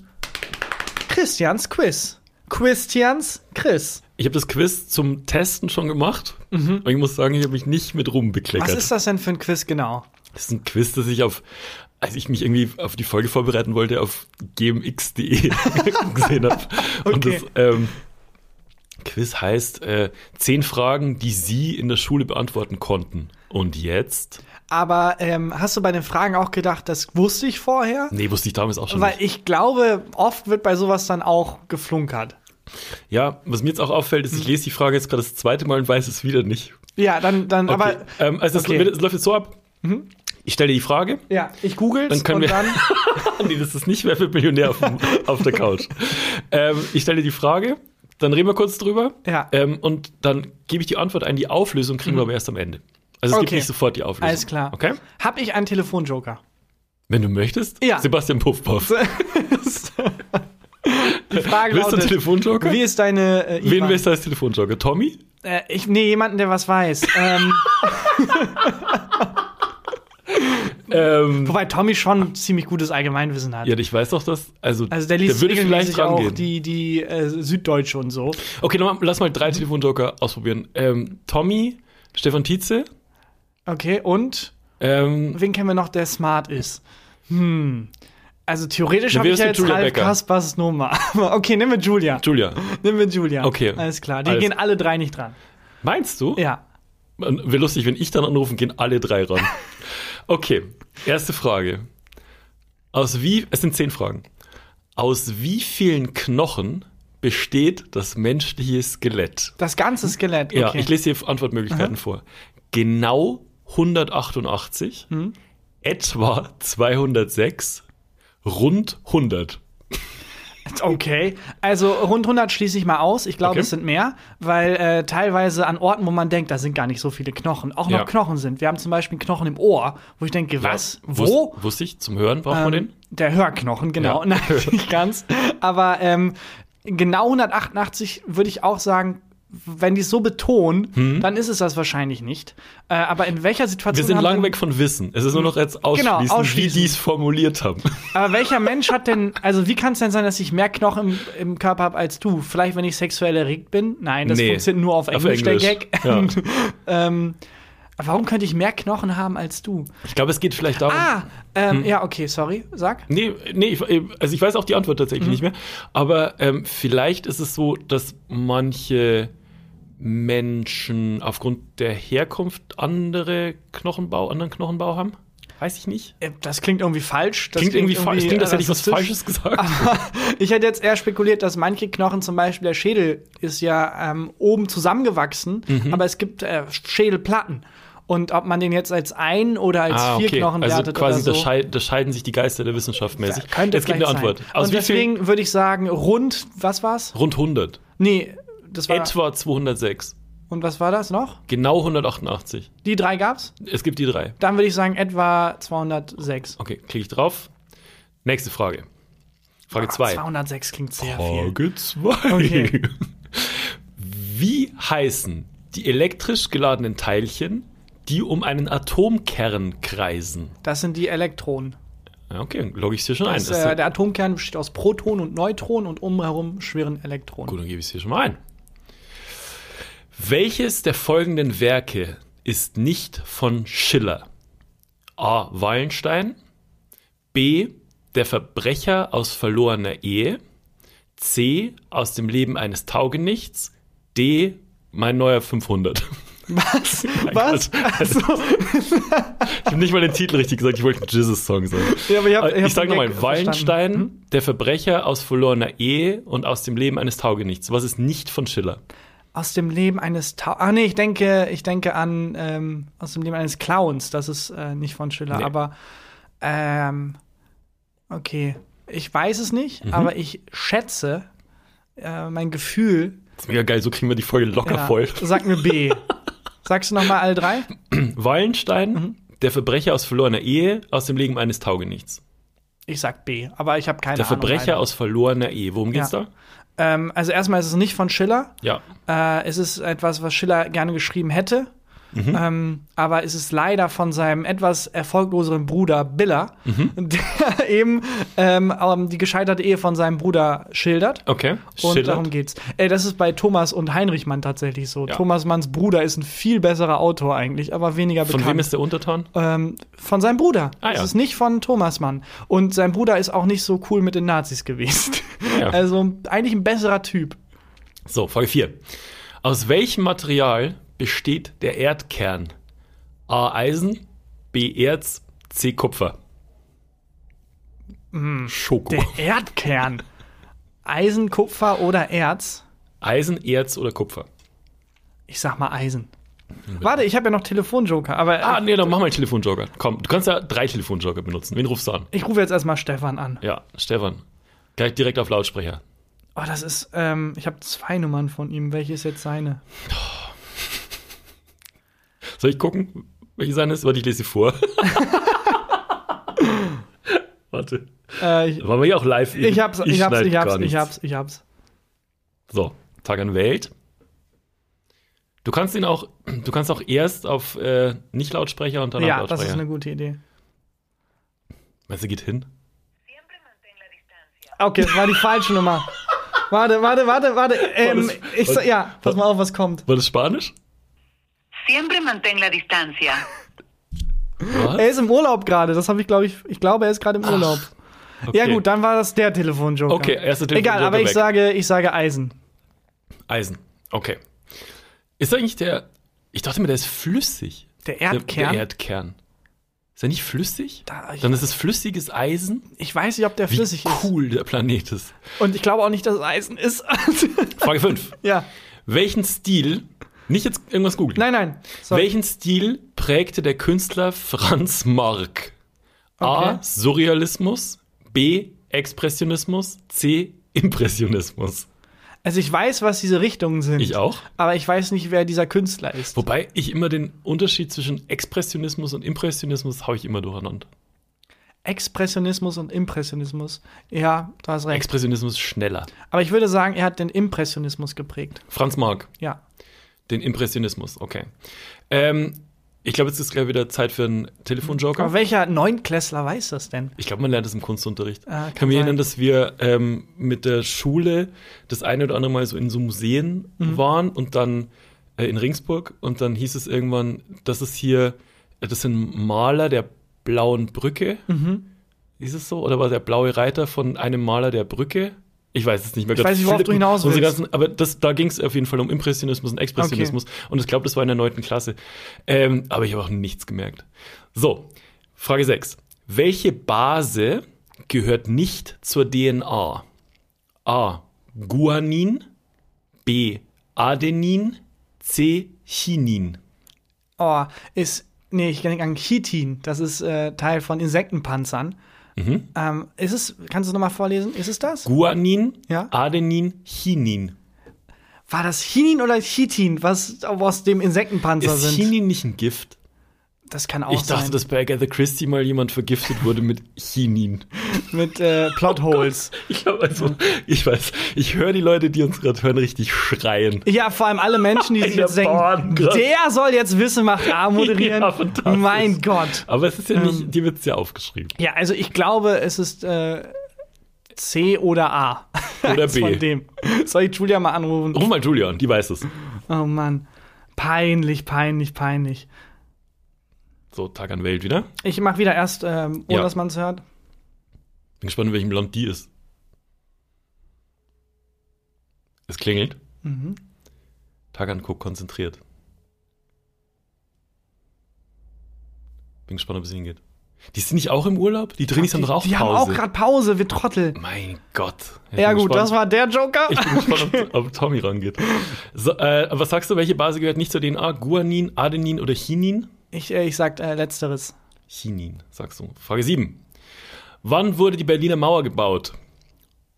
A: Christians Quiz. Christians Quiz.
B: Ich habe das Quiz zum Testen schon gemacht und ich muss sagen, ich habe mich nicht mit rumbekleckert.
A: Mhm. Was ist das denn für ein Quiz genau?
B: Das ist ein Quiz, das ich auf, als ich mich irgendwie auf die Folge vorbereiten wollte, auf gmx.de gesehen habe. Und
A: Okay.
B: das ähm, Quiz heißt äh, zehn Fragen, die Sie in der Schule beantworten konnten. Und jetzt?
A: Aber ähm, hast du bei den Fragen auch gedacht, das wusste ich vorher?
B: Nee, wusste ich damals auch schon.
A: Weil
B: nicht.
A: ich glaube, oft wird bei sowas dann auch geflunkert.
B: Ja, was mir jetzt auch auffällt,
A: Mhm.
B: ist, ich lese die Frage jetzt gerade das zweite Mal und weiß es wieder nicht.
A: Ja, dann, dann,
B: Okay.
A: aber
B: ähm, also es
A: okay. Mhm.
B: es läuft jetzt so ab. Ich stelle die Frage.
A: ja, ich google
B: Dann können
A: und
B: wir-
A: dann.
B: nee, das ist nicht Wer wird Millionär auf, dem, auf der Couch. Ähm, ich stelle die Frage, dann reden wir kurz drüber.
A: Ja. Mhm.
B: Ähm, und dann gebe ich die Antwort ein. Die Auflösung kriegen wir aber erst am Ende. Also es gibt
A: Okay.
B: nicht sofort die Auflösung.
A: Alles klar.
B: Okay?
A: Hab ich einen Telefonjoker?
B: Wenn du möchtest,
A: Ja.
B: Sebastian Puffpuff.
A: Die Frage
B: Willst du einen
A: lautet,
B: Telefonjoker?
A: wie ist deine äh,
B: Wen
A: IBAN?
B: willst du als Telefonjoker? Tommy?
A: Äh, ich, nee, jemanden, der was weiß. ähm,
B: Ähm,
A: wobei Tommy schon ziemlich gutes Allgemeinwissen hat.
B: ja, ich weiß doch das. Also,
A: Also der liest
B: würde
A: regelmäßig
B: vielleicht rangehen.
A: auch die, die äh, Süddeutsche und so.
B: Okay, noch mal, lass mal drei Telefonjoker ausprobieren. Ähm, Tommy, Stefan Tietze,
A: Okay, und
B: ähm,
A: wen kennen wir noch, der smart ist? Hm. Also theoretisch
B: Na,
A: habe
B: wer
A: ich
B: ist
A: ja
B: denn
A: jetzt
B: Julia
A: Ralf
B: Becker?
A: Kaspers Nummer. Aber okay, nehmen wir Julia.
B: Julia.
A: Nehmen wir Julia.
B: Okay.
A: Alles klar. Die
B: Alles-
A: gehen alle drei nicht dran.
B: Meinst du?
A: Ja.
B: Wäre lustig, wenn ich dann anrufen, gehen alle drei ran. Okay, erste Frage. Aus wie, es sind zehn Fragen. Aus wie vielen Knochen besteht das menschliche Skelett?
A: Das ganze Skelett. Okay.
B: Ja, ich lese hier Antwortmöglichkeiten vor. Genau 188,
A: Hm.
B: etwa 206, rund 100.
A: okay. Also rund 100 schließe ich mal aus. Ich glaube,
B: Okay.
A: es sind mehr, weil äh, teilweise an Orten, wo man denkt, da sind gar nicht so viele Knochen, auch noch
B: Ja.
A: Knochen sind. Wir haben zum Beispiel einen Knochen im Ohr, wo ich denke, was?
B: Ja,
A: Wo?
B: wus- Wusste ich, zum Hören braucht man
A: Ähm,
B: den.
A: Der Hörknochen, genau.
B: Ja.
A: Nein, nicht ganz. Aber ähm, genau 188 würde ich auch sagen, wenn die es so betonen, dann ist es das wahrscheinlich nicht. Äh, aber in welcher Situation.
B: Hm? Wir sind
A: haben
B: lang
A: sie-
B: weg von Wissen. Es ist nur noch jetzt ausschließen,
A: Genau, ausschließen.
B: wie die es formuliert haben.
A: Aber welcher Mensch hat denn, also wie kann es denn sein, dass ich mehr Knochen im, im Körper habe als du? Vielleicht, wenn ich sexuell erregt bin? Nein, das
B: Nee,
A: funktioniert nur auf
B: auf
A: Englisch, der
B: Englisch,
A: Gag.
B: ja.
A: ähm, warum könnte ich mehr Knochen haben als du?
B: Ich glaube, es geht vielleicht darum.
A: Ah, ähm,
B: Hm.
A: ja, okay, sorry, sag.
B: Nee, nee, ich, also ich weiß auch die Antwort tatsächlich
A: Mhm.
B: nicht mehr. Aber ähm, vielleicht ist es so, dass manche Menschen aufgrund der Herkunft andere Knochenbau, anderen Knochenbau haben. Weiß ich nicht.
A: Äh, Das klingt irgendwie falsch. Das
B: klingt irgendwie falsch. Klingt, als hätte ich was
A: rassistisch.
B: Falsches gesagt.
A: Ich hätte jetzt eher spekuliert, dass manche Knochen, zum Beispiel der Schädel, ist ja ähm, oben zusammengewachsen,
B: Mhm.
A: aber es gibt äh, Schädelplatten. Und ob man den jetzt als ein oder als vier Knochen
B: Also
A: wertet
B: quasi,
A: oder
B: da,
A: so.
B: schei da scheiden sich die Geister der Wissenschaft mäßig.
A: Könnte
B: Jetzt gibt eine
A: vielleicht
B: Antwort.
A: Sein.
B: Aus
A: und
B: wie vielen?
A: deswegen würde ich sagen, rund, was war's?
B: Rund 100.
A: Nee, das war.
B: Etwa 206.
A: Und was war das noch?
B: Genau 188.
A: Die drei gab's?
B: Es gibt die drei.
A: Dann würde ich sagen, etwa 206.
B: Okay, klicke ich drauf. Nächste Frage. Frage
A: Ah,
B: 2.
A: 206 klingt sehr viel.
B: Frage 2.
A: Okay.
B: Wie heißen die elektrisch geladenen Teilchen, die um einen Atomkern kreisen?
A: Das sind die Elektronen.
B: Ja, Okay, logge ich es hier schon
A: Das,
B: ein. Das
A: äh,
B: ist
A: der Atomkern besteht aus Protonen und Neutronen und umherum schwirren Elektronen.
B: Gut, dann gebe ich es hier schon mal ein. Welches der folgenden Werke ist nicht von Schiller? A. Wallenstein. B. Der Verbrecher aus verlorener Ehe. C. Aus dem Leben eines Taugenichts. D. Mein neuer 500.
A: Was? Was? Also,
B: Ich habe nicht mal den Titel richtig gesagt, ich wollte einen Jesus-Song sagen.
A: Ja, aber ich hab- ich
B: Äh, ich
A: hab
B: sage
A: den
B: nochmal,
A: Gag Mhm.
B: Wallenstein, der Verbrecher aus verlorener Ehe und aus dem Leben eines Taugenichts. Was ist nicht von Schiller?
A: aus dem Leben eines Ta Ah nee, ich denke, ich denke an ähm, aus dem Leben eines Clowns. Das ist äh, nicht von Schiller,
B: Nee.
A: aber ähm, okay. Ich weiß es nicht,
B: Mhm.
A: aber ich schätze, äh, mein Gefühl
B: Das ist mega geil, so kriegen wir die Folge locker
A: ja,
B: voll.
A: sagt mir B. Sagst du noch mal alle drei?
B: Wallenstein,
A: Mhm.
B: der Verbrecher aus verlorener Ehe, aus dem Leben eines Taugenichts.
A: Ich sag B, aber ich habe keine
B: Der
A: Ahnung.
B: Verbrecher
A: leider.
B: aus verlorener Ehe. Worum geht's
A: Ja.
B: da?
A: Ähm, also erstmal ist es nicht von Schiller.
B: Ja.
A: Äh, es ist etwas, was Schiller gerne geschrieben hätte.
B: Mhm.
A: Ähm, aber es ist leider von seinem etwas erfolgloseren Bruder Biller,
B: Mhm.
A: der eben ähm, ähm, die gescheiterte Ehe von seinem Bruder schildert.
B: Okay.
A: Und
B: Schiller.
A: darum geht's. Äh, das ist bei Thomas und Heinrich Mann tatsächlich so.
B: Ja.
A: Thomas Manns Bruder ist ein viel besserer Autor eigentlich, aber weniger bekannt.
B: Von wem ist der Untertan?
A: ähm, von seinem Bruder.
B: Ah, ja.
A: Es ist nicht von Thomas Mann. Und sein Bruder ist auch nicht so cool mit den Nazis gewesen.
B: Ja.
A: Also eigentlich ein besserer Typ.
B: So, Frage 4. Aus welchem Material besteht der Erdkern? A. Eisen, B. Erz, C. Kupfer. Schoko.
A: Mhm. Der Erdkern. Eisen, Kupfer oder Erz?
B: Eisen, Erz oder Kupfer?
A: Ich sag mal Eisen. Warte, ich habe ja noch Telefonjoker, aber äh,
B: Ah, nee, dann mach mal einen Telefonjoker. Komm, du kannst ja drei Telefonjoker benutzen. Wen rufst du an?
A: ich rufe jetzt erstmal Stefan an.
B: Ja, Stefan. Gleich direkt auf Lautsprecher.
A: Oh, das ist, ähm, ich habe zwei Nummern von ihm. Welche ist jetzt seine?
B: Soll ich gucken, welche seine ist? Warte, ich lese sie vor. Warte.
A: Äh, ich,
B: Waren wir hier auch live?
A: ich hab's, ich, hab's,
B: schneid
A: ich
B: gar
A: hab's, ich
B: nichts.
A: hab's, ich hab's.
B: So, Tag an Welt. Du kannst ihn auch, du kannst auch erst auf äh, Nicht-Lautsprecher und dann
A: Ja,
B: auf
A: das ist
B: Lautsprecher.
A: eine gute Idee.
B: Meinst du, geht hin?
A: Okay, das war die falsche Nummer. Warte, warte, warte, warte. Ähm,
B: War das-
A: ich, so-
B: war-
A: ja, pass mal auf, was kommt.
B: War das Spanisch?
D: Siempre mantén la distancia.
A: Er ist im Urlaub gerade. Das habe ich, glaube ich, ich glaube, er ist gerade im Urlaub. Ja
B: okay.
A: gut, dann war das der Telefonjoker.
B: Okay, erste
A: Egal,
B: Telefonjoker
A: aber ich
B: weg.
A: sage, ich sage Eisen.
B: Eisen. Okay. Ist eigentlich der, ich dachte mir, der ist flüssig.
A: Der
B: Der-
A: Erdkern.
B: Der Erdkern. Ist er nicht flüssig?
A: Da- ich-
B: dann ist es flüssiges Eisen.
A: Ich weiß nicht, ob der
B: Wie
A: flüssig ist.
B: cool der Planet ist.
A: Und ich glaube auch nicht, dass es Eisen ist.
B: Frage 5.
A: ja.
B: Welchen Stil, nicht jetzt irgendwas googeln.
A: Nein, nein. Sorry.
B: Welchen Stil prägte der Künstler Franz Marc?
A: Okay.
B: A. Surrealismus. B. Expressionismus. C. Impressionismus.
A: Also ich weiß, was diese Richtungen sind.
B: Ich auch.
A: Aber ich weiß nicht, wer dieser Künstler ist.
B: Wobei ich immer den Unterschied zwischen Expressionismus und Impressionismus habe ich immer durcheinander.
A: Expressionismus und Impressionismus. Ja, du hast recht.
B: Expressionismus schneller.
A: Aber ich würde sagen, er hat den Impressionismus geprägt.
B: Franz Marc,
A: Ja.
B: den Impressionismus, okay. Ähm, ich glaube, jetzt ist gleich wieder Zeit für einen
A: Aber
B: Telefonjoker.
A: welcher Neunklässler weiß das denn?
B: Ich glaube, man lernt das im Kunstunterricht.
A: Ah,
B: ich
A: kann
B: kann mich
A: sein.
B: erinnern, dass wir ähm, mit der Schule das eine oder andere Mal so in so Museen
A: Mhm.
B: waren und dann äh, in Ringsburg und dann hieß es irgendwann, das ist hier, äh, das sind Maler der blauen Brücke.
A: Mhm.
B: Ist es so? Oder war der blaue Reiter von einem Maler der Brücke? Ich weiß es nicht mehr.
A: Ich weiß nicht, worauf du
B: Philippen
A: hinaus
B: und so
A: willst.
B: ganzen, aber das, da ging es auf jeden Fall um Impressionismus und Expressionismus. Und ich glaube, das war in der 9. Klasse. Ähm, aber ich habe auch nichts gemerkt. So, Frage 6. Welche Base gehört nicht zur DNA? A. Guanin. B. Adenin. C. Chinin.
A: Oh, ist. Nee, ich denke an Chitin. Das ist äh, Teil von Insektenpanzern.
B: Mhm.
A: Ähm, ist es, kannst du es nochmal vorlesen? Ist es das?
B: Guanin,
A: Ja.
B: Adenin, Chinin.
A: War das Chinin oder Chitin, was aus dem Insektenpanzer
B: Ist
A: sind? Oh,
B: Chinin nicht ein Gift?
A: Das kann auch
B: Ich dachte,
A: sein.
B: dass bei Agatha Christie mal jemand vergiftet wurde mit Chinin.
A: Mit äh, Plotholes.
B: Ich glaube also, ich weiß, ich höre die Leute, die uns gerade hören, richtig schreien.
A: Ja, vor allem alle Menschen, die sich
B: Alter,
A: jetzt denken,
B: Bahn, krass.
A: der soll jetzt Wissen macht A moderieren.
B: Ja, fantastisch.
A: mein Gott.
B: Aber es ist ja
A: Ähm.
B: nicht, die wird's ja aufgeschrieben.
A: Ja, also ich glaube, es ist äh, C oder A.
B: Oder
A: Eins Von
B: B.
A: dem. Soll ich Julia mal anrufen?
B: Ruf mal Julian, die weiß es.
A: Oh Mann. Peinlich, peinlich, peinlich.
B: So, Tag an Welt wieder.
A: Ich mach wieder erst, ähm, ohne
B: Ja.
A: dass man es hört.
B: Bin gespannt, in welchem Land die ist. Es klingelt.
A: Mhm.
B: Tagan guckt konzentriert. Bin gespannt, ob es hingeht. Die sind nicht auch im Urlaub? Die Drinis haben doch auch
A: die haben
B: Pause.
A: auch gerade Pause, wir Trottel.
B: mein Gott. Ich
A: Ja
B: bin
A: gut,
B: gespannt.
A: das war der Joker.
B: Ich bin gespannt, ob, ob Tommy rangeht. So, äh, was sagst du, welche Base gehört nicht zur DNA? Guanin, Adenin oder Chinin?
A: Ich, äh, ich sag äh, letzteres.
B: Chinin, sagst du. Frage 7. Wann wurde die Berliner Mauer gebaut?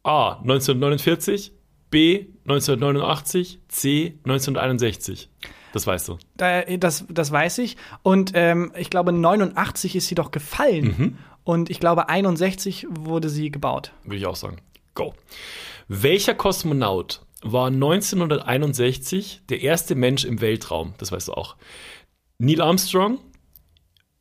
B: A. 1949, B. 1989, C. 1961. Das weißt du.
A: Äh, das, das weiß ich. Und ähm, ich glaube, 89 ist sie doch gefallen. Und ich glaube, 61 wurde sie gebaut.
B: Würde ich auch sagen. Go. Welcher Kosmonaut war 1961 der erste Mensch im Weltraum? Das weißt du auch. Neil Armstrong,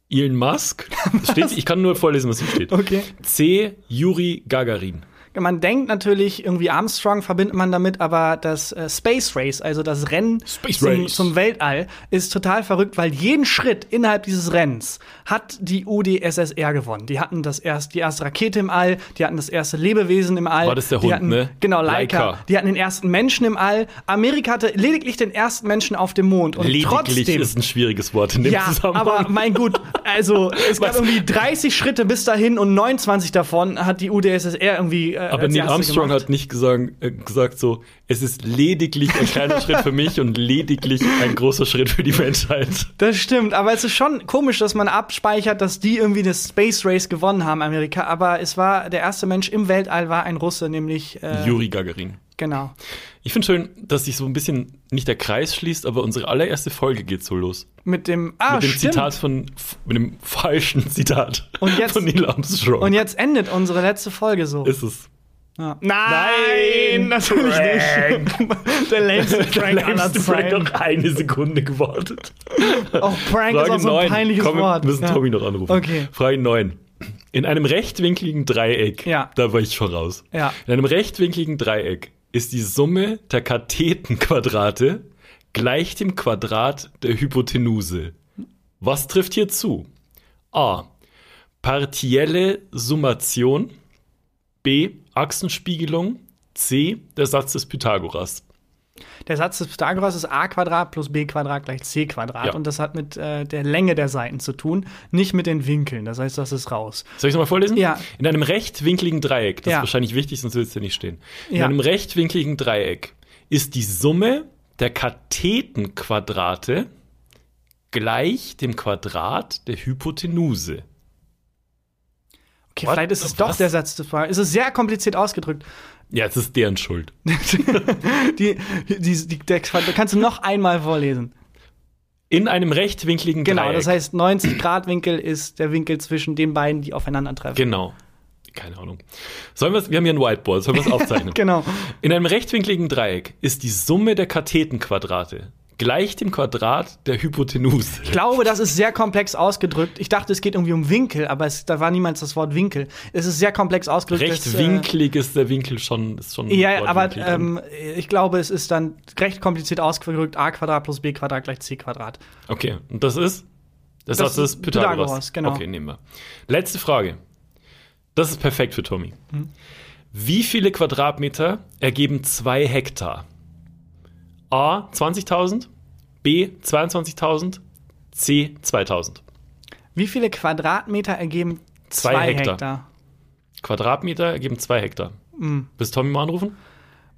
B: Elon Musk. Das Steht, ich kann nur vorlesen, was hier steht.
A: Okay.
B: C. Yuri Gagarin.
A: Man denkt natürlich, irgendwie Armstrong verbindet man damit, aber das äh, Space Race, also das Rennen
B: Space
A: zum,
B: Race.
A: zum Weltall, ist total verrückt, weil jeden Schritt innerhalb dieses Rennens hat die UdSSR gewonnen. Die hatten das erst, die erste Rakete im All, die hatten das erste Lebewesen im All.
B: War das der
A: die
B: Hund,
A: hatten,
B: ne?
A: Genau, Laika.
B: Laika.
A: Die hatten den ersten Menschen im All. Amerika hatte lediglich den ersten Menschen auf dem Mond. Und
B: Lediglich
A: trotzdem
B: ist ein schwieriges Wort in dem
A: ja,
B: Zusammenhang.
A: aber mein Gut, also es gab
B: Was?
A: irgendwie 30 Schritte bis dahin und 29 davon hat die UdSSR irgendwie. Äh,
B: Aber
A: als
B: Neil
A: erste
B: Armstrong
A: gemacht.
B: hat nicht gesagt, äh, gesagt so, es ist lediglich ein kleiner Schritt für mich und lediglich ein großer Schritt für die Menschheit.
A: Das stimmt, aber es ist schon komisch, dass man abspeichert, dass die irgendwie das Space Race gewonnen haben, Amerika. Aber es war der erste Mensch im Weltall war ein Russe, nämlich äh,
B: Yuri Gagarin.
A: genau.
B: Ich finde schön, dass sich so ein bisschen nicht der Kreis schließt, aber unsere allererste Folge geht so los.
A: Mit dem ah,
B: mit dem
A: stimmt.
B: Zitat von, f- mit dem falschen Zitat
A: Und jetzt-
B: von Neil Armstrong.
A: Und jetzt endet unsere letzte Folge so.
B: ist es.
A: Ja. Nein, natürlich nicht. der längste Prank aller
B: längste Prank
A: Zeiten.
B: noch eine Sekunde gewartet.
A: Auch Prank ist auch so ein
B: neun.
A: peinliches
B: Komm,
A: Wort.
B: Wir müssen
A: Ja.
B: Tommy noch anrufen.
A: Okay.
B: Frage 9. In einem rechtwinkligen Dreieck,
A: Ja.
B: da war ich schon raus.
A: Ja.
B: In einem rechtwinkligen Dreieck ist die Summe der Kathetenquadrate gleich dem Quadrat der Hypotenuse. Was trifft hier zu? A. Partielle Summation. B. Achsenspiegelung. C. Der Satz des Pythagoras.
A: Der Satz des Pythagoras ist a Quadrat plus b Quadrat gleich c Quadrat
B: Ja.
A: und das hat mit äh, der Länge der Seiten zu tun, nicht mit den Winkeln. Das heißt, das ist raus.
B: Soll ich es nochmal vorlesen?
A: Ja.
B: In einem rechtwinkligen Dreieck, das
A: Ja.
B: ist wahrscheinlich wichtig, sonst würdest du nicht stehen. In
A: Ja.
B: einem rechtwinkligen Dreieck ist die Summe der Kathetenquadrate gleich dem Quadrat der Hypotenuse.
A: Okay,
B: What?
A: vielleicht ist es doch
B: Was?
A: der Satz des Pythagoras. Es ist sehr kompliziert ausgedrückt.
B: Ja, es ist deren Schuld.
A: die, die, die, der Quadrat, kannst du noch einmal vorlesen.
B: in einem rechtwinkligen
A: Genau,
B: Dreieck.
A: das heißt, 90 Grad Winkel ist der Winkel zwischen den beiden, die aufeinandertreffen.
B: Genau. Keine Ahnung. Sollen wir wir haben hier ein Whiteboard, sollen wir es aufzeichnen?
A: Genau.
B: In einem rechtwinkligen Dreieck ist die Summe der Kathetenquadrate gleich dem Quadrat der Hypotenuse.
A: Ich glaube, das ist sehr komplex ausgedrückt. Ich dachte, es geht irgendwie um Winkel, aber es, da war niemals das Wort Winkel. Es ist sehr komplex ausgedrückt. das, äh,
B: Rechtwinklig ist der Winkel schon. Ist schon
A: Ja, ja, aber
B: wortwinklig.
A: ähm, ich glaube, es ist dann recht kompliziert ausgedrückt. a Quadrat plus b Quadrat gleich c Quadrat.
B: Okay, und das ist? Das,
A: Das
B: das ist
A: ist
B: Pythagoras.
A: Pythagoras, genau.
B: Okay, nehmen wir. Letzte Frage. Das ist perfekt für Tommy.
A: Hm.
B: Wie viele Quadratmeter ergeben zwei Hektar? A 20.000, B 22.000, C 2.000.
A: Wie viele Quadratmeter ergeben
B: Zwei
A: zwei,
B: Hektar.
A: Hektar.
B: Quadratmeter ergeben zwei Hektar.
A: Hm.
B: Willst du Tommy mal anrufen?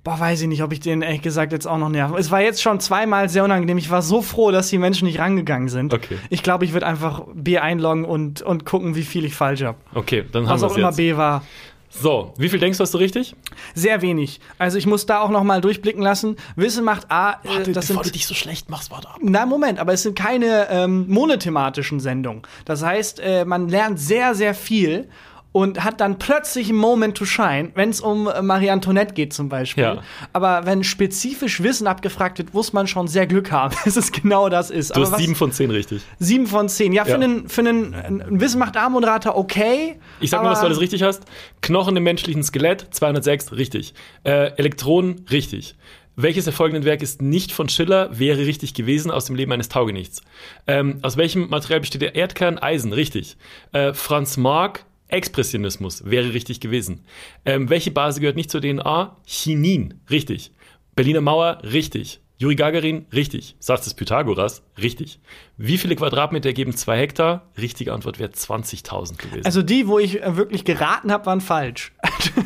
A: Boah, weiß ich nicht, ob ich den ehrlich gesagt jetzt auch noch nerven. Es war jetzt schon zweimal sehr unangenehm. Ich war so froh, dass die Menschen nicht rangegangen sind.
B: Okay.
A: Ich glaube, ich würde einfach B einloggen und, und gucken, wie viel ich falsch habe.
B: Okay, dann haben
A: Was
B: wir
A: auch
B: es
A: immer
B: jetzt.
A: B war.
B: So, wie viel denkst du, hast du richtig?
A: Sehr wenig. Also ich muss da auch noch mal durchblicken lassen. Wissen macht A, äh, das sind
B: dich so schlecht machst, warte ab.
A: Na, Moment, aber es sind keine ähm, monothematischen Sendungen. Das heißt, äh, man lernt sehr, sehr viel und hat dann plötzlich einen Moment to shine, wenn es um äh, Marie Antoinette geht zum Beispiel.
B: Ja.
A: Aber wenn spezifisch Wissen abgefragt wird, muss man schon sehr Glück haben, dass es genau das ist.
B: Du
A: aber
B: hast sieben von zehn richtig.
A: sieben von zehn. Ja, für
B: Ja.
A: einen für einen äh, Wissen macht A-Moderator okay.
B: Ich sag mal,
A: aber-
B: dass du alles richtig hast. Knochen im menschlichen Skelett, 206, richtig. Äh, Elektronen, richtig. Welches der folgenden Werke ist nicht von Schiller, wäre richtig gewesen aus dem Leben eines Taugenichts? Ähm, aus welchem Material besteht der Erdkern? Eisen, richtig. Äh, Franz Marc, Expressionismus, wäre richtig gewesen. Ähm, welche Base gehört nicht zur DNA? Chinin, richtig. Berliner Mauer, richtig. Juri Gagarin, richtig. Satz des Pythagoras, richtig. Wie viele Quadratmeter ergeben zwei Hektar? Richtige Antwort wäre 20.000 gewesen.
A: Also die, wo ich äh, wirklich geraten habe, waren falsch.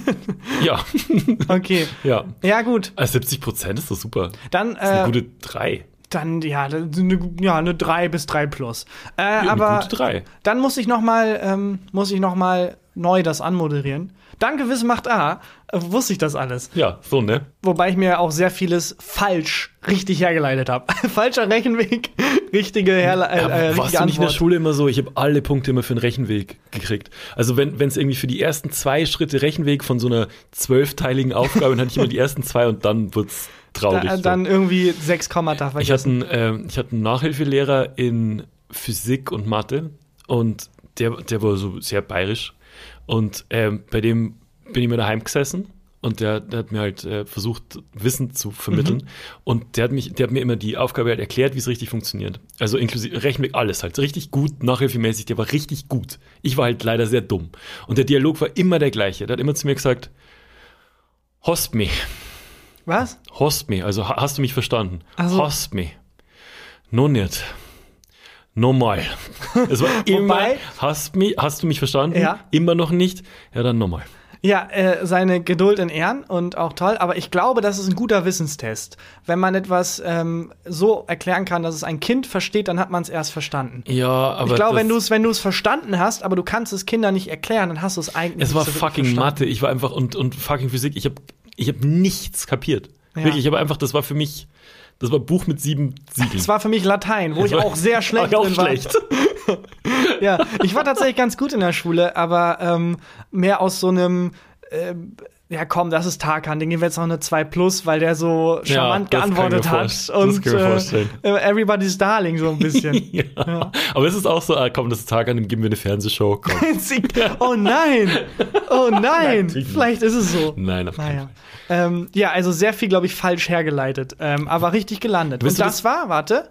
B: ja.
A: Okay.
B: Ja.
A: Ja, gut.
B: Also 70 Prozent ist doch super. Das
A: Dann
B: ist eine
A: äh,
B: gute 3.
A: Dann, ja, eine, ja, eine 3 bis 3 plus. Äh,
B: eine
A: aber
B: gute drei.
A: dann muss ich noch mal, ähm, muss ich noch mal neu das anmoderieren. Danke, Wissen macht A. Äh, wusste ich das alles.
B: Ja, so, ne?
A: Wobei ich mir auch sehr vieles falsch richtig hergeleitet habe. Falscher Rechenweg, richtige, Herle äh,
B: Ja,
A: äh, richtige
B: warst du nicht in der
A: Antwort.
B: Schule immer so? Ich habe alle Punkte immer für den Rechenweg gekriegt. Also wenn es irgendwie für die ersten zwei Schritte Rechenweg von so einer zwölfteiligen Aufgabe, dann hatte ich immer die ersten zwei und dann wird's traurig.
A: Da, äh,
B: so.
A: dann irgendwie 6 Komma da
B: Ich
A: vergessen.
B: hatte, einen, ähm, ich hatte einen Nachhilfelehrer in Physik und Mathe und der, der war so sehr bayerisch. Und ähm, bei dem bin ich mal daheim gesessen und der, der hat mir halt äh, versucht, Wissen zu vermitteln. Und der hat, mich, der hat mir immer die Aufgabe halt erklärt, wie es richtig funktioniert. Also inklusive Rechenweg, alles halt. Richtig gut, nachhilfemäßig, der war richtig gut. Ich war halt leider sehr dumm. Und der Dialog war immer der gleiche. Der hat immer zu mir gesagt, Host mich.
A: Was?
B: Host me, also ha- hast du mich verstanden?
A: Ach so.
B: Host me. No nicht. No mal. Es war immer,
A: Wobei-
B: hast, mi, hast du mich verstanden?
A: Ja.
B: Immer noch nicht? Ja, dann nochmal.
A: Ja, äh, seine Geduld in Ehren und auch toll, aber ich glaube, das ist ein guter Wissenstest. Wenn man etwas ähm, so erklären kann, dass es ein Kind versteht, dann hat man es erst verstanden.
B: Ja, aber
A: ich glaube,
B: das-
A: wenn du es wenn du es verstanden hast, aber du kannst es Kindern nicht erklären, dann hast du es eigentlich
B: Es war
A: nicht so
B: fucking
A: wirklich verstanden.
B: Mathe. Ich war einfach und, und fucking Physik. Ich habe ich hab nichts kapiert.
A: Ja.
B: Wirklich, ich habe einfach, das war für mich, das war Buch mit sieben Siegeln.
A: Es war für mich Latein, wo ich auch sehr schlecht
B: auch
A: drin war.
B: schlecht.
A: Ja, ich war tatsächlich ganz gut in der Schule, aber ähm, mehr aus so einem äh, ja komm, das ist Tarkan, den geben wir jetzt noch eine 2 plus, weil der so
B: Ja,
A: charmant
B: das kann ich mir
A: geantwortet hat
B: vorst- das
A: und
B: kann ich mir vorstellen.
A: äh, everybody's darling so ein bisschen.
B: ja. Aber es ist auch so, ah, komm, das ist Tag an, dem geben wir eine Fernsehshow. Komm.
A: oh nein. Oh nein,
B: Natürlich.
A: vielleicht ist es so.
B: Nein, auf keinen
A: Naja.
B: Fall.
A: Ähm, ja, also sehr viel, glaube ich, falsch hergeleitet, ähm, aber richtig gelandet.
B: Willst
A: Und
B: du
A: das war, warte,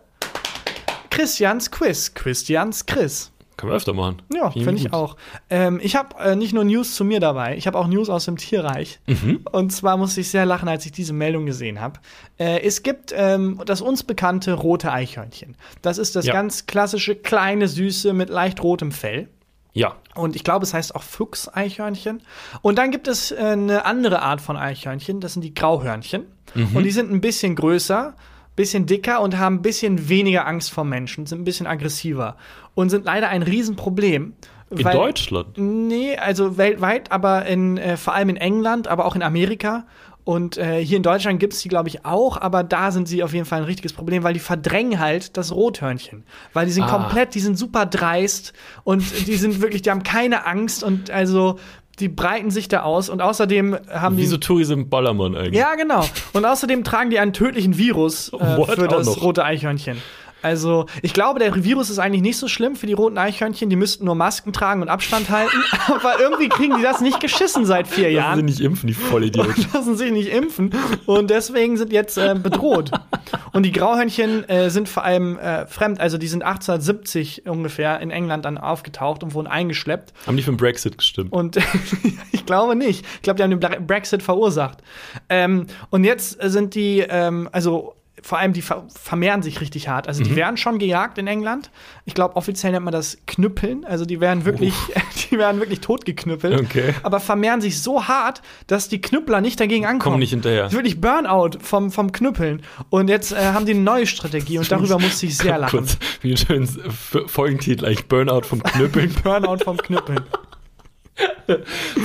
A: Christians Quiz. Christians Quiz.
B: Können wir öfter machen.
A: Ja, finde ich
B: gut.
A: auch. Ähm, ich habe äh, nicht nur News zu mir dabei, ich habe auch News aus dem Tierreich.
B: Mhm.
A: Und zwar musste ich sehr lachen, als ich diese Meldung gesehen habe. Äh, es gibt ähm, das uns bekannte rote Eichhörnchen. Das ist das
B: Ja.
A: ganz klassische, kleine, süße mit leicht rotem Fell.
B: Ja,
A: Und ich glaube, es heißt auch Füchs-Eichhörnchen. Und dann gibt es äh, eine andere Art von Eichhörnchen, das sind die Grauhörnchen.
B: Mhm.
A: Und die sind ein bisschen größer, bisschen dicker und haben ein bisschen weniger Angst vor Menschen, sind ein bisschen aggressiver und sind leider ein Riesenproblem,
B: In
A: weil-
B: Deutschland?
A: Nee, also weltweit, aber in, äh, vor allem in England, aber auch in Amerika. Und äh, hier in Deutschland gibt es die, glaube ich, auch, aber da sind sie auf jeden Fall ein richtiges Problem, weil die verdrängen halt das Rothörnchen. Weil die sind
B: Ah.
A: komplett, die sind super dreist und die sind wirklich, die haben keine Angst und also die breiten sich da aus und außerdem haben die.
B: Wieso Tourism Ballermann eigentlich?
A: Ja, genau. Und außerdem tragen die einen tödlichen Virus äh,
B: What?
A: für
B: Auch
A: das
B: noch.
A: rote Eichhörnchen. Also, ich glaube, der Virus ist eigentlich nicht so schlimm für die roten Eichhörnchen. Die müssten nur Masken tragen und Abstand halten. Aber irgendwie kriegen die das nicht geschissen seit vier
B: Lassen Also Sie
A: Jahren.
B: nicht impfen, die Vollidioten.
A: Lassen sich nicht impfen. Und deswegen sind jetzt äh, bedroht. Und die Grauhörnchen äh, sind vor allem äh, fremd. Also, die sind 1870 ungefähr in England dann aufgetaucht und wurden eingeschleppt.
B: Haben die für den Brexit gestimmt?
A: Und ich glaube nicht. Ich glaube, die haben den Bre- Brexit verursacht. Ähm, und jetzt sind die, ähm, also vor allem die ver vermehren sich richtig hart.
B: Mhm.
A: Also die werden schon gejagt in England. Ich glaube, offiziell nennt man das Knüppeln. Also die werden wirklich, die werden wirklich totgeknüppelt.
B: Okay.
A: Aber vermehren sich so hart, dass die Knüppler nicht dagegen ankommen.
B: nicht hinterher.
A: Das ist Wirklich Burnout vom, vom Knüppeln. Und jetzt äh, haben die eine neue Strategie und darüber musste ich sehr lachen.
B: Kurz, wie ein schönes äh, F- Folgentitel eigentlich. Burnout vom Knüppeln.
A: Burnout vom Knüppeln.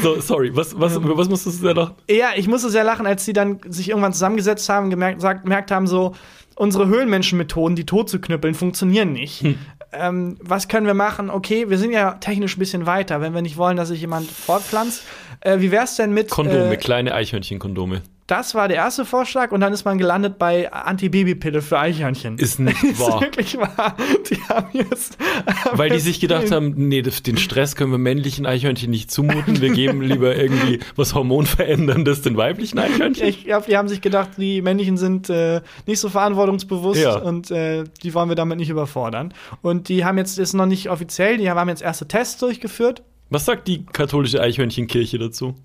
B: so, sorry, was, was,
A: Ähm.
B: über was musstest du da noch?
A: Ja, ich musste sehr lachen, als sie dann sich irgendwann zusammengesetzt haben, gemerkt, sagt, gemerkt haben, so, unsere Höhlenmenschenmethoden, die tot zu knüppeln, funktionieren nicht.
B: Hm.
A: Ähm, was können wir machen? Okay, wir sind ja technisch ein bisschen weiter, wenn wir nicht wollen, dass sich jemand fortpflanzt. Äh, wie wär's denn mit.
B: Kondome,
A: äh,
B: kleine Eichhörnchen-Kondome.
A: das war der erste Vorschlag und dann ist man gelandet bei Antibabypille für Eichhörnchen.
B: Ist nicht
A: Ist
B: wahr.
A: wirklich wahr. Die haben jetzt. haben
B: Weil die
A: jetzt
B: sich gedacht
A: den-
B: haben, nee, das- den Stress können wir männlichen Eichhörnchen nicht zumuten. Wir geben lieber irgendwie was Hormonveränderndes den weiblichen Eichhörnchen.
A: Ich glaube, die haben sich gedacht, die Männchen sind äh, nicht so verantwortungsbewusst
B: Ja.
A: und äh, die wollen wir damit nicht überfordern. Und die haben jetzt, ist noch nicht offiziell, die haben jetzt erste Tests durchgeführt.
B: Was sagt die katholische Eichhörnchenkirche dazu?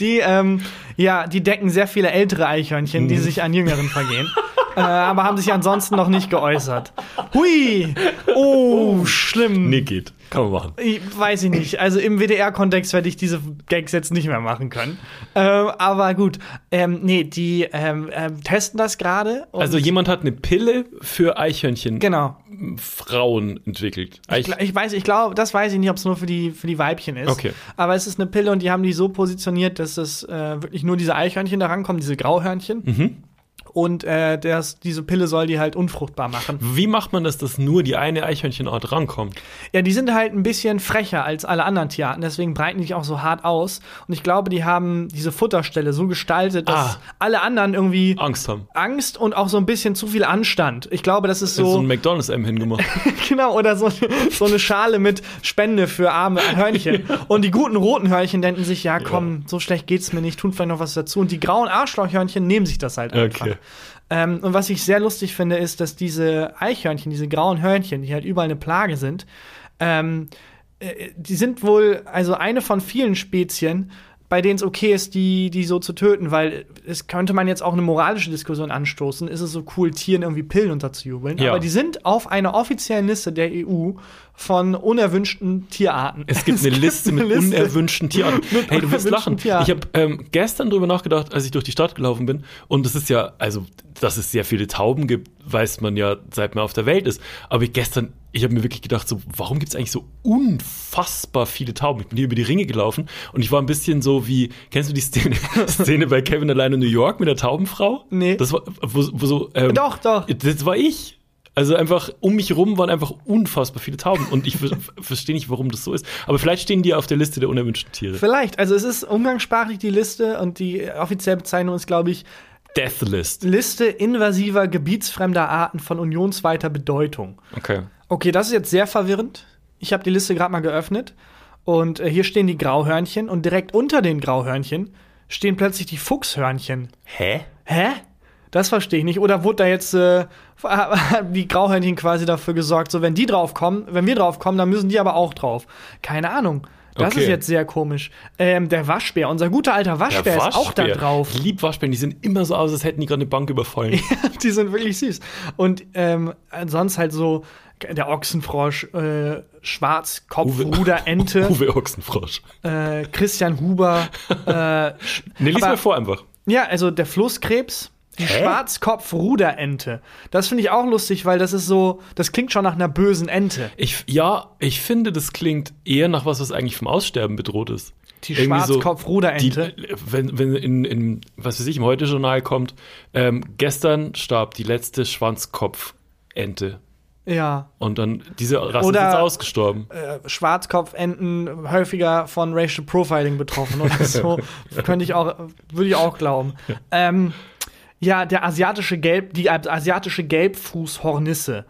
A: Die, ähm, ja, die decken sehr viele ältere Eichhörnchen,
B: Mhm.
A: die sich an Jüngeren vergehen. äh, aber haben sich ansonsten noch nicht geäußert. Hui! Oh, schlimm.
B: Nee, geht. Kann man machen.
A: Ich weiß ich nicht. Also im WDR-Kontext werde ich diese Gags jetzt nicht mehr machen können. Ähm, aber gut. Ähm, nee, die ähm, ähm, testen das gerade. und-
B: Also jemand hat eine Pille für Eichhörnchen
A: Genau.
B: Frauen entwickelt. Eich
A: Ich, ich weiß, ich glaube, das weiß ich nicht, ob es nur für die, für die Weibchen ist.
B: Okay.
A: Aber es ist eine Pille und die haben die so positioniert, dass es äh, wirklich nur diese Eichhörnchen da rankommen, diese Grauhörnchen.
B: Mhm.
A: Und äh, das, diese Pille soll die halt unfruchtbar machen.
B: Wie macht man das, dass nur die eine Eichhörnchenart rankommt?
A: Ja, die sind halt ein bisschen frecher als alle anderen Tierarten, deswegen breiten die sich auch so hart aus. Und ich glaube, die haben diese Futterstelle so gestaltet, dass
B: Ah.
A: alle anderen irgendwie
B: Angst haben.
A: Angst und auch so ein bisschen zu viel Anstand. Ich glaube, das ist
B: So,
A: so.
B: so ein McDonalds-M hingemacht.
A: Genau, oder so, so eine Schale mit Spende für arme Hörnchen. Und die guten roten Hörnchen denken sich, ja komm, so schlecht geht's mir nicht, tun vielleicht noch was dazu. Und die grauen Arschlochhörnchen nehmen sich das halt einfach.
B: Okay.
A: Ähm, und was ich sehr lustig finde, ist, dass diese Eichhörnchen, diese grauen Hörnchen, die halt überall eine Plage sind, ähm, äh, die sind wohl also eine von vielen Spezien, bei denen es okay ist, die, die so zu töten, weil es könnte man jetzt auch eine moralische Diskussion anstoßen. Ist es so cool, Tieren irgendwie Pillen unterzujubeln?
B: Ja.
A: Aber die sind auf einer offiziellen Liste der EU von unerwünschten Tierarten.
B: Es gibt eine Liste mit unerwünschten Tierarten. hey, du wirst
A: unerwünschten
B: lachen.
A: Tierarten.
B: Ich habe ähm, gestern drüber nachgedacht, als ich durch die Stadt gelaufen bin. Und es ist ja, also, dass es sehr viele Tauben gibt, weiß man ja, seit man auf der Welt ist. Aber ich gestern, ich habe mir wirklich gedacht, so, warum gibt es eigentlich so unfassbar viele Tauben? Ich bin hier über die Ringe gelaufen und ich war ein bisschen so wie, kennst du die Szene, Szene bei Kevin alleine in New York mit der Taubenfrau?
A: Nee.
B: Das war, wo, wo so, ähm,
A: Doch, doch.
B: das war ich. Also einfach um mich rum waren einfach unfassbar viele Tauben und ich ver verstehe nicht, warum das so ist. Aber vielleicht stehen die auf der Liste der unerwünschten Tiere.
A: Vielleicht, also es ist umgangssprachlich die Liste und die offizielle Bezeichnung ist, glaube ich,
B: Death List.
A: Liste invasiver gebietsfremder Arten von unionsweiter Bedeutung.
B: Okay.
A: Okay, das ist jetzt sehr verwirrend. Ich habe die Liste gerade mal geöffnet und äh, hier stehen die Grauhörnchen und direkt unter den Grauhörnchen stehen plötzlich die Fuchshörnchen.
B: Hä?
A: Hä? Das verstehe ich nicht. Oder wurde da jetzt äh, die Grauhörnchen quasi dafür gesorgt, so wenn die draufkommen, wenn wir draufkommen, dann müssen die aber auch drauf. Keine Ahnung. Das
B: Okay.
A: ist jetzt sehr komisch. Ähm, der Waschbär, unser guter alter Waschbär, ist auch da drauf.
B: Ich lieb Waschbären, die sehen immer so aus, als hätten die gerade eine Bank überfallen.
A: die sind wirklich süß. Und ähm, sonst halt so der Ochsenfrosch, äh, Schwarzkopf,
B: Uwe-
A: Ruderente,
B: Uwe Ochsenfrosch.
A: äh, Christian Huber. äh,
B: Ne, lies
A: Aber-
B: mir vor einfach.
A: ja, also der Flusskrebs, Die Schwarzkopf-Ruderente. Das finde ich auch lustig, weil das ist so, das klingt schon nach einer bösen Ente.
B: Ich, ja, ich finde, das klingt eher nach was, was eigentlich vom Aussterben bedroht ist.
A: Die
B: Irgendwie so
A: Schwarzkopf-Ruderente.
B: die- Wenn, wenn in, in, was weiß ich, im Heute-Journal kommt, ähm, gestern starb die letzte Schwanzkopfente.
A: ja.
B: Und dann, diese Rasse
A: Oder-
B: ist jetzt ausgestorben.
A: äh, Schwarzkopfenten häufiger von Racial Profiling betroffen oder so. Könnte ich auch, würde ich auch glauben. Ähm, ja, der asiatische Gelb, die asiatische Gelbfußhornisse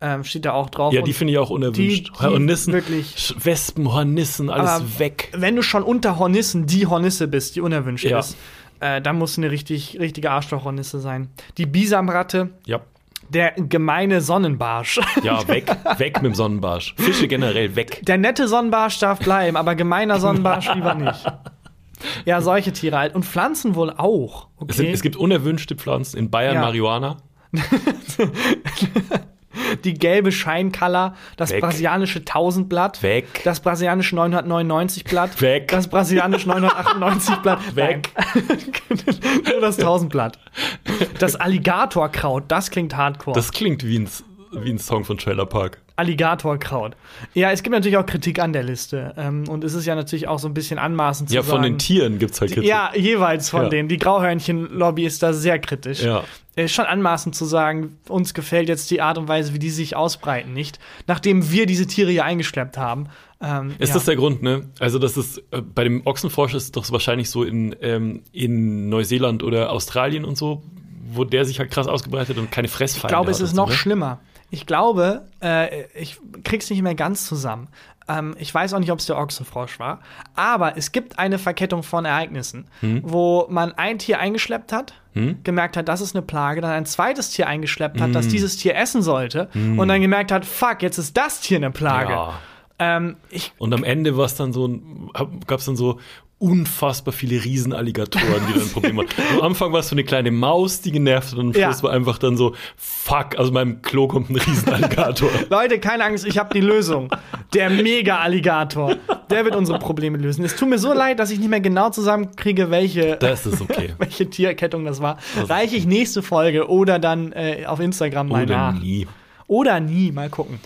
A: ähm, steht da auch drauf.
B: ja, die
A: Und
B: finde ich auch unerwünscht.
A: die
B: Hornissen,
A: wirklich-
B: Sch- Wespen, Hornissen, alles
A: Aber
B: weg.
A: wenn du schon unter Hornissen die Hornisse bist, die unerwünscht
B: Ja.
A: ist, äh, dann musst du eine richtig, richtige Arschlochhornisse sein. Die Bisamratte,
B: Ja.
A: der gemeine Sonnenbarsch.
B: Ja, weg, weg mit dem Sonnenbarsch. Fische generell weg.
A: Der nette Sonnenbarsch darf bleiben, aber gemeiner Sonnenbarsch lieber nicht. Ja, solche Tiere halt. Und Pflanzen wohl auch. Okay.
B: Es, sind, es gibt unerwünschte Pflanzen. In Bayern
A: Ja.
B: Marihuana.
A: die gelbe Scheinkaller, das
B: Weg.
A: brasilianische Tausendblatt,
B: Weg.
A: das brasilianische 999 Blatt,
B: Weg.
A: das brasilianische 998 Blatt,
B: Weg.
A: Nein. Nur das Tausendblatt. Das Alligatorkraut, das klingt hardcore.
B: Das klingt wie ein, S- wie ein Song von Trailer Park.
A: Alligatorkraut. Ja, es gibt natürlich auch Kritik an der Liste. Ähm, und es ist ja natürlich auch so ein bisschen anmaßend
B: Ja,
A: zu
B: von
A: sagen.
B: den Tieren gibt's halt Kritik.
A: Ja, jeweils von
B: Ja.
A: denen. Die Grauhörnchen-Lobby ist da sehr kritisch.
B: Ja.
A: Äh, Ist schon anmaßend zu sagen, uns gefällt jetzt die Art und Weise, wie die sich ausbreiten, nicht? Nachdem wir diese Tiere hier eingeschleppt haben. Ähm,
B: Ist
A: ja.
B: das der Grund, ne? Also, das ist, äh, bei dem Ochsenfrosch ist es doch wahrscheinlich so in, ähm, in Neuseeland oder Australien und so, wo der sich halt krass ausgebreitet und keine
A: ich
B: Fressfeinde
A: glaube, es
B: hat und
A: ist
B: so,
A: noch
B: ne?
A: schlimmer. Ich glaube, äh, ich krieg's nicht mehr ganz zusammen. Ähm, ich weiß auch nicht, ob es der Ochsenfrosch war. Aber es gibt eine Verkettung von Ereignissen,
B: Hm?
A: wo man ein Tier eingeschleppt hat, gemerkt hat, das ist eine Plage, dann ein zweites Tier eingeschleppt hat,
B: Hm.
A: das dieses Tier essen sollte, und dann gemerkt hat, fuck, jetzt ist das Tier eine Plage.
B: Ja.
A: Ähm, ich,
B: Und am Ende war es dann so ein, hab- gab's dann so unfassbar viele Riesenalligatoren, die dann ein Problem hatten. Am Anfang war es so eine kleine Maus, die genervt hat und am
A: Ja.
B: Schluss war einfach dann so, fuck, aus meinem Klo kommt ein Riesenalligator.
A: Leute, keine Angst, ich habe die Lösung. Der Mega-Alligator. Der wird unsere Probleme lösen. Es tut mir so leid, dass ich nicht mehr genau zusammenkriege, welche,
B: das ist okay.
A: welche Tierkettung das war.
B: ist
A: Reiche ich nächste Folge oder dann äh, auf Instagram mal
B: Oder
A: nach.
B: nie.
A: Oder nie, mal gucken.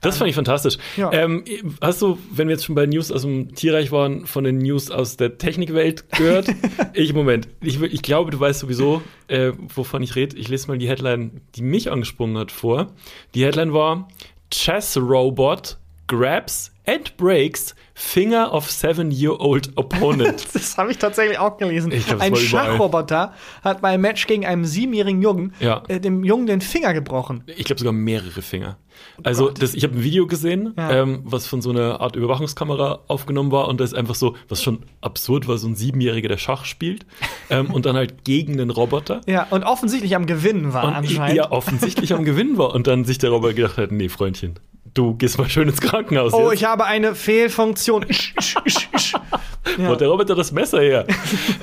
B: Das fand ich fantastisch.
A: ja.
B: Ähm, hast du, wenn wir jetzt schon bei News aus dem Tierreich waren, von den News aus der Technikwelt gehört? ich, Moment, ich, will- ich glaube, du weißt sowieso, äh, wovon ich rede. Ich lese mal die Headline, die mich angesprungen hat, vor. Die Headline war: Chess Robot grabs and breaks finger of seven-year-old opponent.
A: Das habe ich tatsächlich auch gelesen.
B: Ich glaub, das
A: Ein
B: war überall.
A: Schachroboter hat beim Match gegen einen siebenjährigen Jungen
B: Ja.
A: äh, dem Jungen den Finger gebrochen.
B: Ich glaube sogar mehrere Finger. Also das, ich habe ein Video gesehen,
A: Oh Ja.
B: ähm, was von so einer Art Überwachungskamera aufgenommen war und da ist einfach so, was schon absurd war, so ein Siebenjähriger, der Schach spielt ähm, und dann halt gegen den Roboter.
A: Ja, und offensichtlich am Gewinnen war
B: Und
A: anscheinend.
B: ja, offensichtlich am Gewinn war und dann sich der Roboter gedacht hat, nee, Freundchen, du gehst mal schön ins Krankenhaus
A: oh,
B: jetzt.
A: ich habe eine Fehlfunktion. ja.
B: Wo hat der Roboter das Messer her?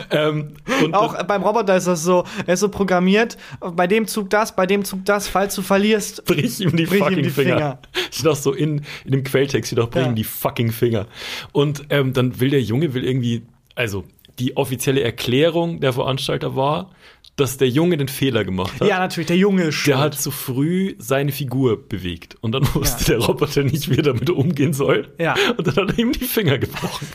B: ähm, und
A: Auch beim Roboter ist das so, er ist so programmiert, bei dem Zug das, bei dem Zug das, falls du verlierst.
B: brich ihm die
A: Brich ihm
B: fucking
A: die
B: Finger.
A: Finger.
B: Ich dachte so in, in dem Quelltext, jedoch brich
A: Ja.
B: ihm die fucking Finger. Und ähm, dann will der Junge, will irgendwie, also die offizielle Erklärung der Veranstalter war, dass der Junge den Fehler gemacht hat.
A: Ja, natürlich, der Junge ist
B: Der
A: schuld.
B: hat zu früh seine Figur bewegt und dann wusste der Roboter nicht, wie er damit umgehen soll.
A: Ja.
B: Und dann hat er ihm die Finger gebrochen.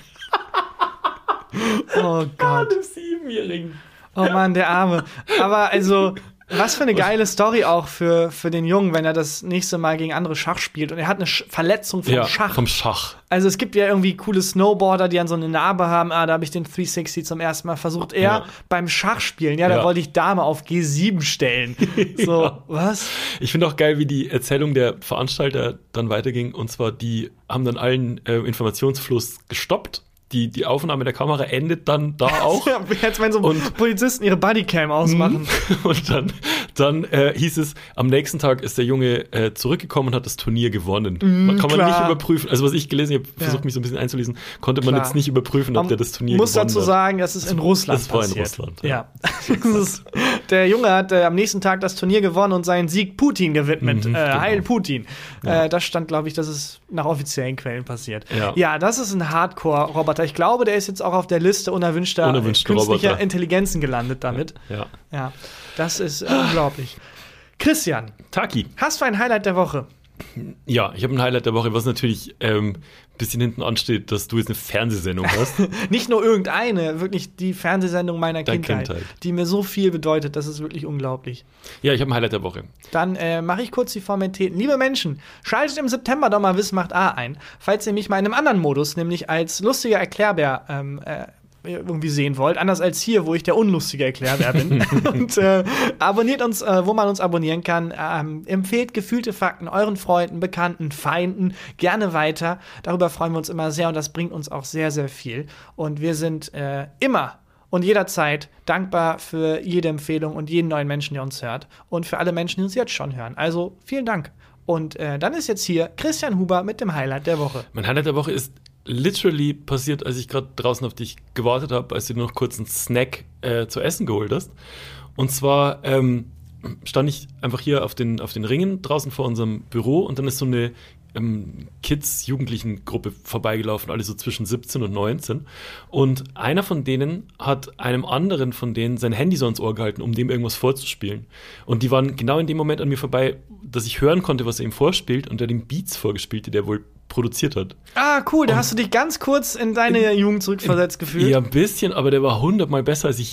A: Oh Gott.
B: Dem Siebenjährigen.
A: Oh Mann, der Arme. Aber also, was für eine geile Story auch für, für den Jungen, wenn er das nächste Mal gegen andere Schach spielt. Und er hat eine Sch Verletzung vom
B: ja,
A: Schach.
B: Vom Schach.
A: Also es gibt ja irgendwie coole Snowboarder, die an so eine Narbe haben. Ah, da habe ich den 360 zum ersten Mal versucht. Er
B: Ja.
A: beim Schachspielen, ja, da
B: Ja.
A: wollte ich Dame auf G7 stellen. So, was?
B: Ich finde auch geil, wie die Erzählung der Veranstalter dann weiterging. Und zwar, die haben dann allen äh, Informationsfluss gestoppt. Die, die Aufnahme der Kamera endet dann da auch.
A: Ja, jetzt, wenn so
B: Und-
A: Mhm. Polizisten ihre Bodycam ausmachen.
B: Und dann Dann äh, hieß es, am nächsten Tag ist der Junge äh, zurückgekommen und hat das Turnier gewonnen.
A: Mm,
B: Kann man
A: klar.
B: nicht überprüfen. Also was ich gelesen habe, versucht
A: Ja.
B: mich so ein bisschen einzulesen, konnte man
A: Klar.
B: jetzt nicht überprüfen, ob der das Turnier
A: muss
B: gewonnen
A: dazu
B: hat.
A: sagen, das ist in Russland
B: das war in
A: passiert.
B: Russland,
A: Ja.
B: ja.
A: Das ist, der Junge hat äh, am nächsten Tag das Turnier gewonnen und seinen Sieg Putin gewidmet.
B: Mhm,
A: äh,
B: genau.
A: Heil Putin. Äh, das stand, glaube ich, das ist nach offiziellen Quellen passiert.
B: Ja.
A: das ist ein Hardcore-Roboter. Ich glaube, der ist jetzt auch auf der Liste unerwünschter
B: Unerwünschte
A: künstlicher
B: Roboter.
A: Intelligenzen gelandet damit.
B: Ja.
A: Ja, das ist unglaublich. Christian,
B: Taki.
A: hast du ein Highlight der Woche?
B: Ja, ich habe ein Highlight der Woche, was natürlich ähm, ein bisschen hinten ansteht, dass du jetzt eine Fernsehsendung hast.
A: Nicht nur irgendeine, wirklich die Fernsehsendung meiner
B: Dein
A: Kindheit,
B: Kindheit.
A: die mir so viel bedeutet, das ist wirklich unglaublich.
B: ja, ich habe ein Highlight der Woche.
A: Dann äh, mache ich kurz die Formalitäten. Liebe Menschen, schaltet im September doch mal Wissen macht A ein, falls ihr mich mal in einem anderen Modus, nämlich als lustiger Erklärbär, ähm, äh, irgendwie sehen wollt. Anders als hier, wo ich der unlustige Erklärbär bin. Und äh, abonniert uns, äh, wo man uns abonnieren kann. Ähm, empfehlt gefühlte Fakten euren Freunden, Bekannten, Feinden gerne weiter. Darüber freuen wir uns immer sehr und das bringt uns auch sehr, sehr viel. Und wir sind äh, immer und jederzeit dankbar für jede Empfehlung und jeden neuen Menschen, der uns hört und für alle Menschen, die uns jetzt schon hören. Also vielen Dank. Und äh, dann ist jetzt hier Christian Huber mit dem Highlight der Woche.
B: Mein Highlight der Woche ist literally passiert, als ich gerade draußen auf dich gewartet habe, als du dir noch kurz einen Snack äh, zu essen geholt hast. Und zwar ähm, stand ich einfach hier auf den, auf den Ringen draußen vor unserem Büro und dann ist so eine ähm, Kids-Jugendlichen-Gruppe vorbeigelaufen, alle so zwischen 17 und 19. Und einer von denen hat einem anderen von denen sein Handy so ans Ohr gehalten, um dem irgendwas vorzuspielen. Und die waren genau in dem Moment an mir vorbei, dass ich hören konnte, was er ihm vorspielt und er den Beats vorgespielt, die der wohl produziert hat.
A: Ah, cool. Da hast du dich ganz kurz in deine Jugend zurückversetzt gefühlt.
B: Ja, ein bisschen, aber der war hundertmal besser, als ich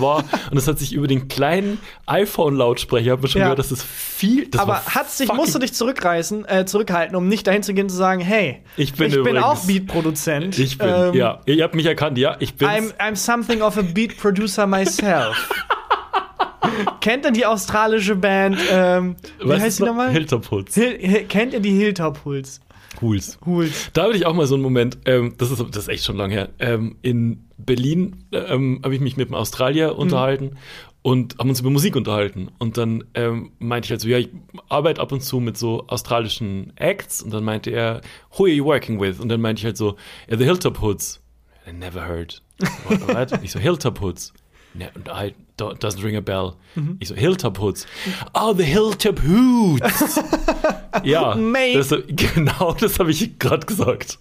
B: war. Und das hat sich über den kleinen iPhone-Lautsprecher, hab ich schon
A: Ja.
B: gehört, dass das viel. Das
A: Aber
B: war
A: hat's dich,
B: fucking-
A: musst du dich zurückreißen, äh, zurückhalten, um nicht dahin zu gehen und zu sagen, hey,
B: Ich bin übrigens-
A: auch Beat-Produzent.
B: Ich bin,
A: Ähm,
B: ja. Ihr habt mich erkannt, ja, ich bin.
A: I'm, I'm something of a beat producer myself. Kennt ihr die australische Band? Ähm, wie heißt die nochmal?
B: Hilterputz.
A: Hil- Hil- Kennt ihr die Hilltop-Huls?
B: Cools.
A: Huls.
B: Da hatte ich auch mal so einen Moment, ähm, das, ist, das ist echt schon lange her. Ähm, in Berlin ähm, habe ich mich mit einem Australier unterhalten und haben uns über Musik unterhalten. Und dann ähm, meinte ich halt so, ja, ich arbeite ab und zu mit so australischen Acts. Und dann meinte er, who are you working with? Und dann meinte ich halt so, yeah, the Hilltop Hoods. I never heard. What, what? ich so, Hilltop Hoods. Ne- und I don't, doesn't ring a bell. Ich so, Hilltop Hoods. Oh, the Hilltop Hoods. ja,
A: Mate.
B: das, genau das habe ich gerade gesagt.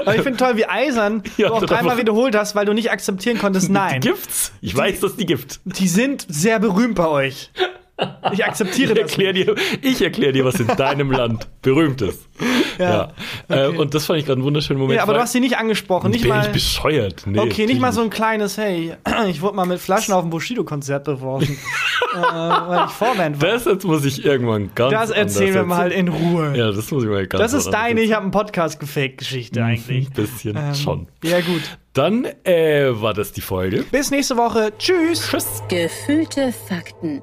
A: Aber ich finde toll, wie eisern
B: Ja,
A: du auch
B: das
A: dreimal
B: war-
A: wiederholt hast, weil du nicht akzeptieren konntest. Nein,
B: Die gibt's. Ich weiß, dass die gibt.
A: die sind sehr berühmt bei euch. Ich
B: Ich
A: akzeptiere das.
B: erkläre dir, ich erklär dir, was in deinem Land berühmt ist. Ja. Äh, und das fand ich gerade einen wunderschönen Moment.
A: Ja, aber du
B: weil-
A: hast sie nicht angesprochen. Nicht
B: bin
A: mal,
B: ich bescheuert. Nee,
A: okay, nicht mal so
B: natürlich
A: ein kleines, hey, ich wurde mal mit Flaschen auf dem Bushido-Konzert beworfen, äh, weil ich Vorband war.
B: Das jetzt muss ich irgendwann ganz.
A: Das erzählen wir
B: anders
A: mal in Ruhe.
B: Ja, das muss ich mal ganz.
A: das ist
B: anders Mhm.
A: deine,
B: erzählen.
A: ich Ähm. habe einen Podcast gefaked Geschichte eigentlich.
B: Ein bisschen schon.
A: Ja, gut.
B: Dann äh, war das die Folge.
A: Bis nächste Woche. Tschüss.
B: Tschüss.
C: Gefühlte Fakten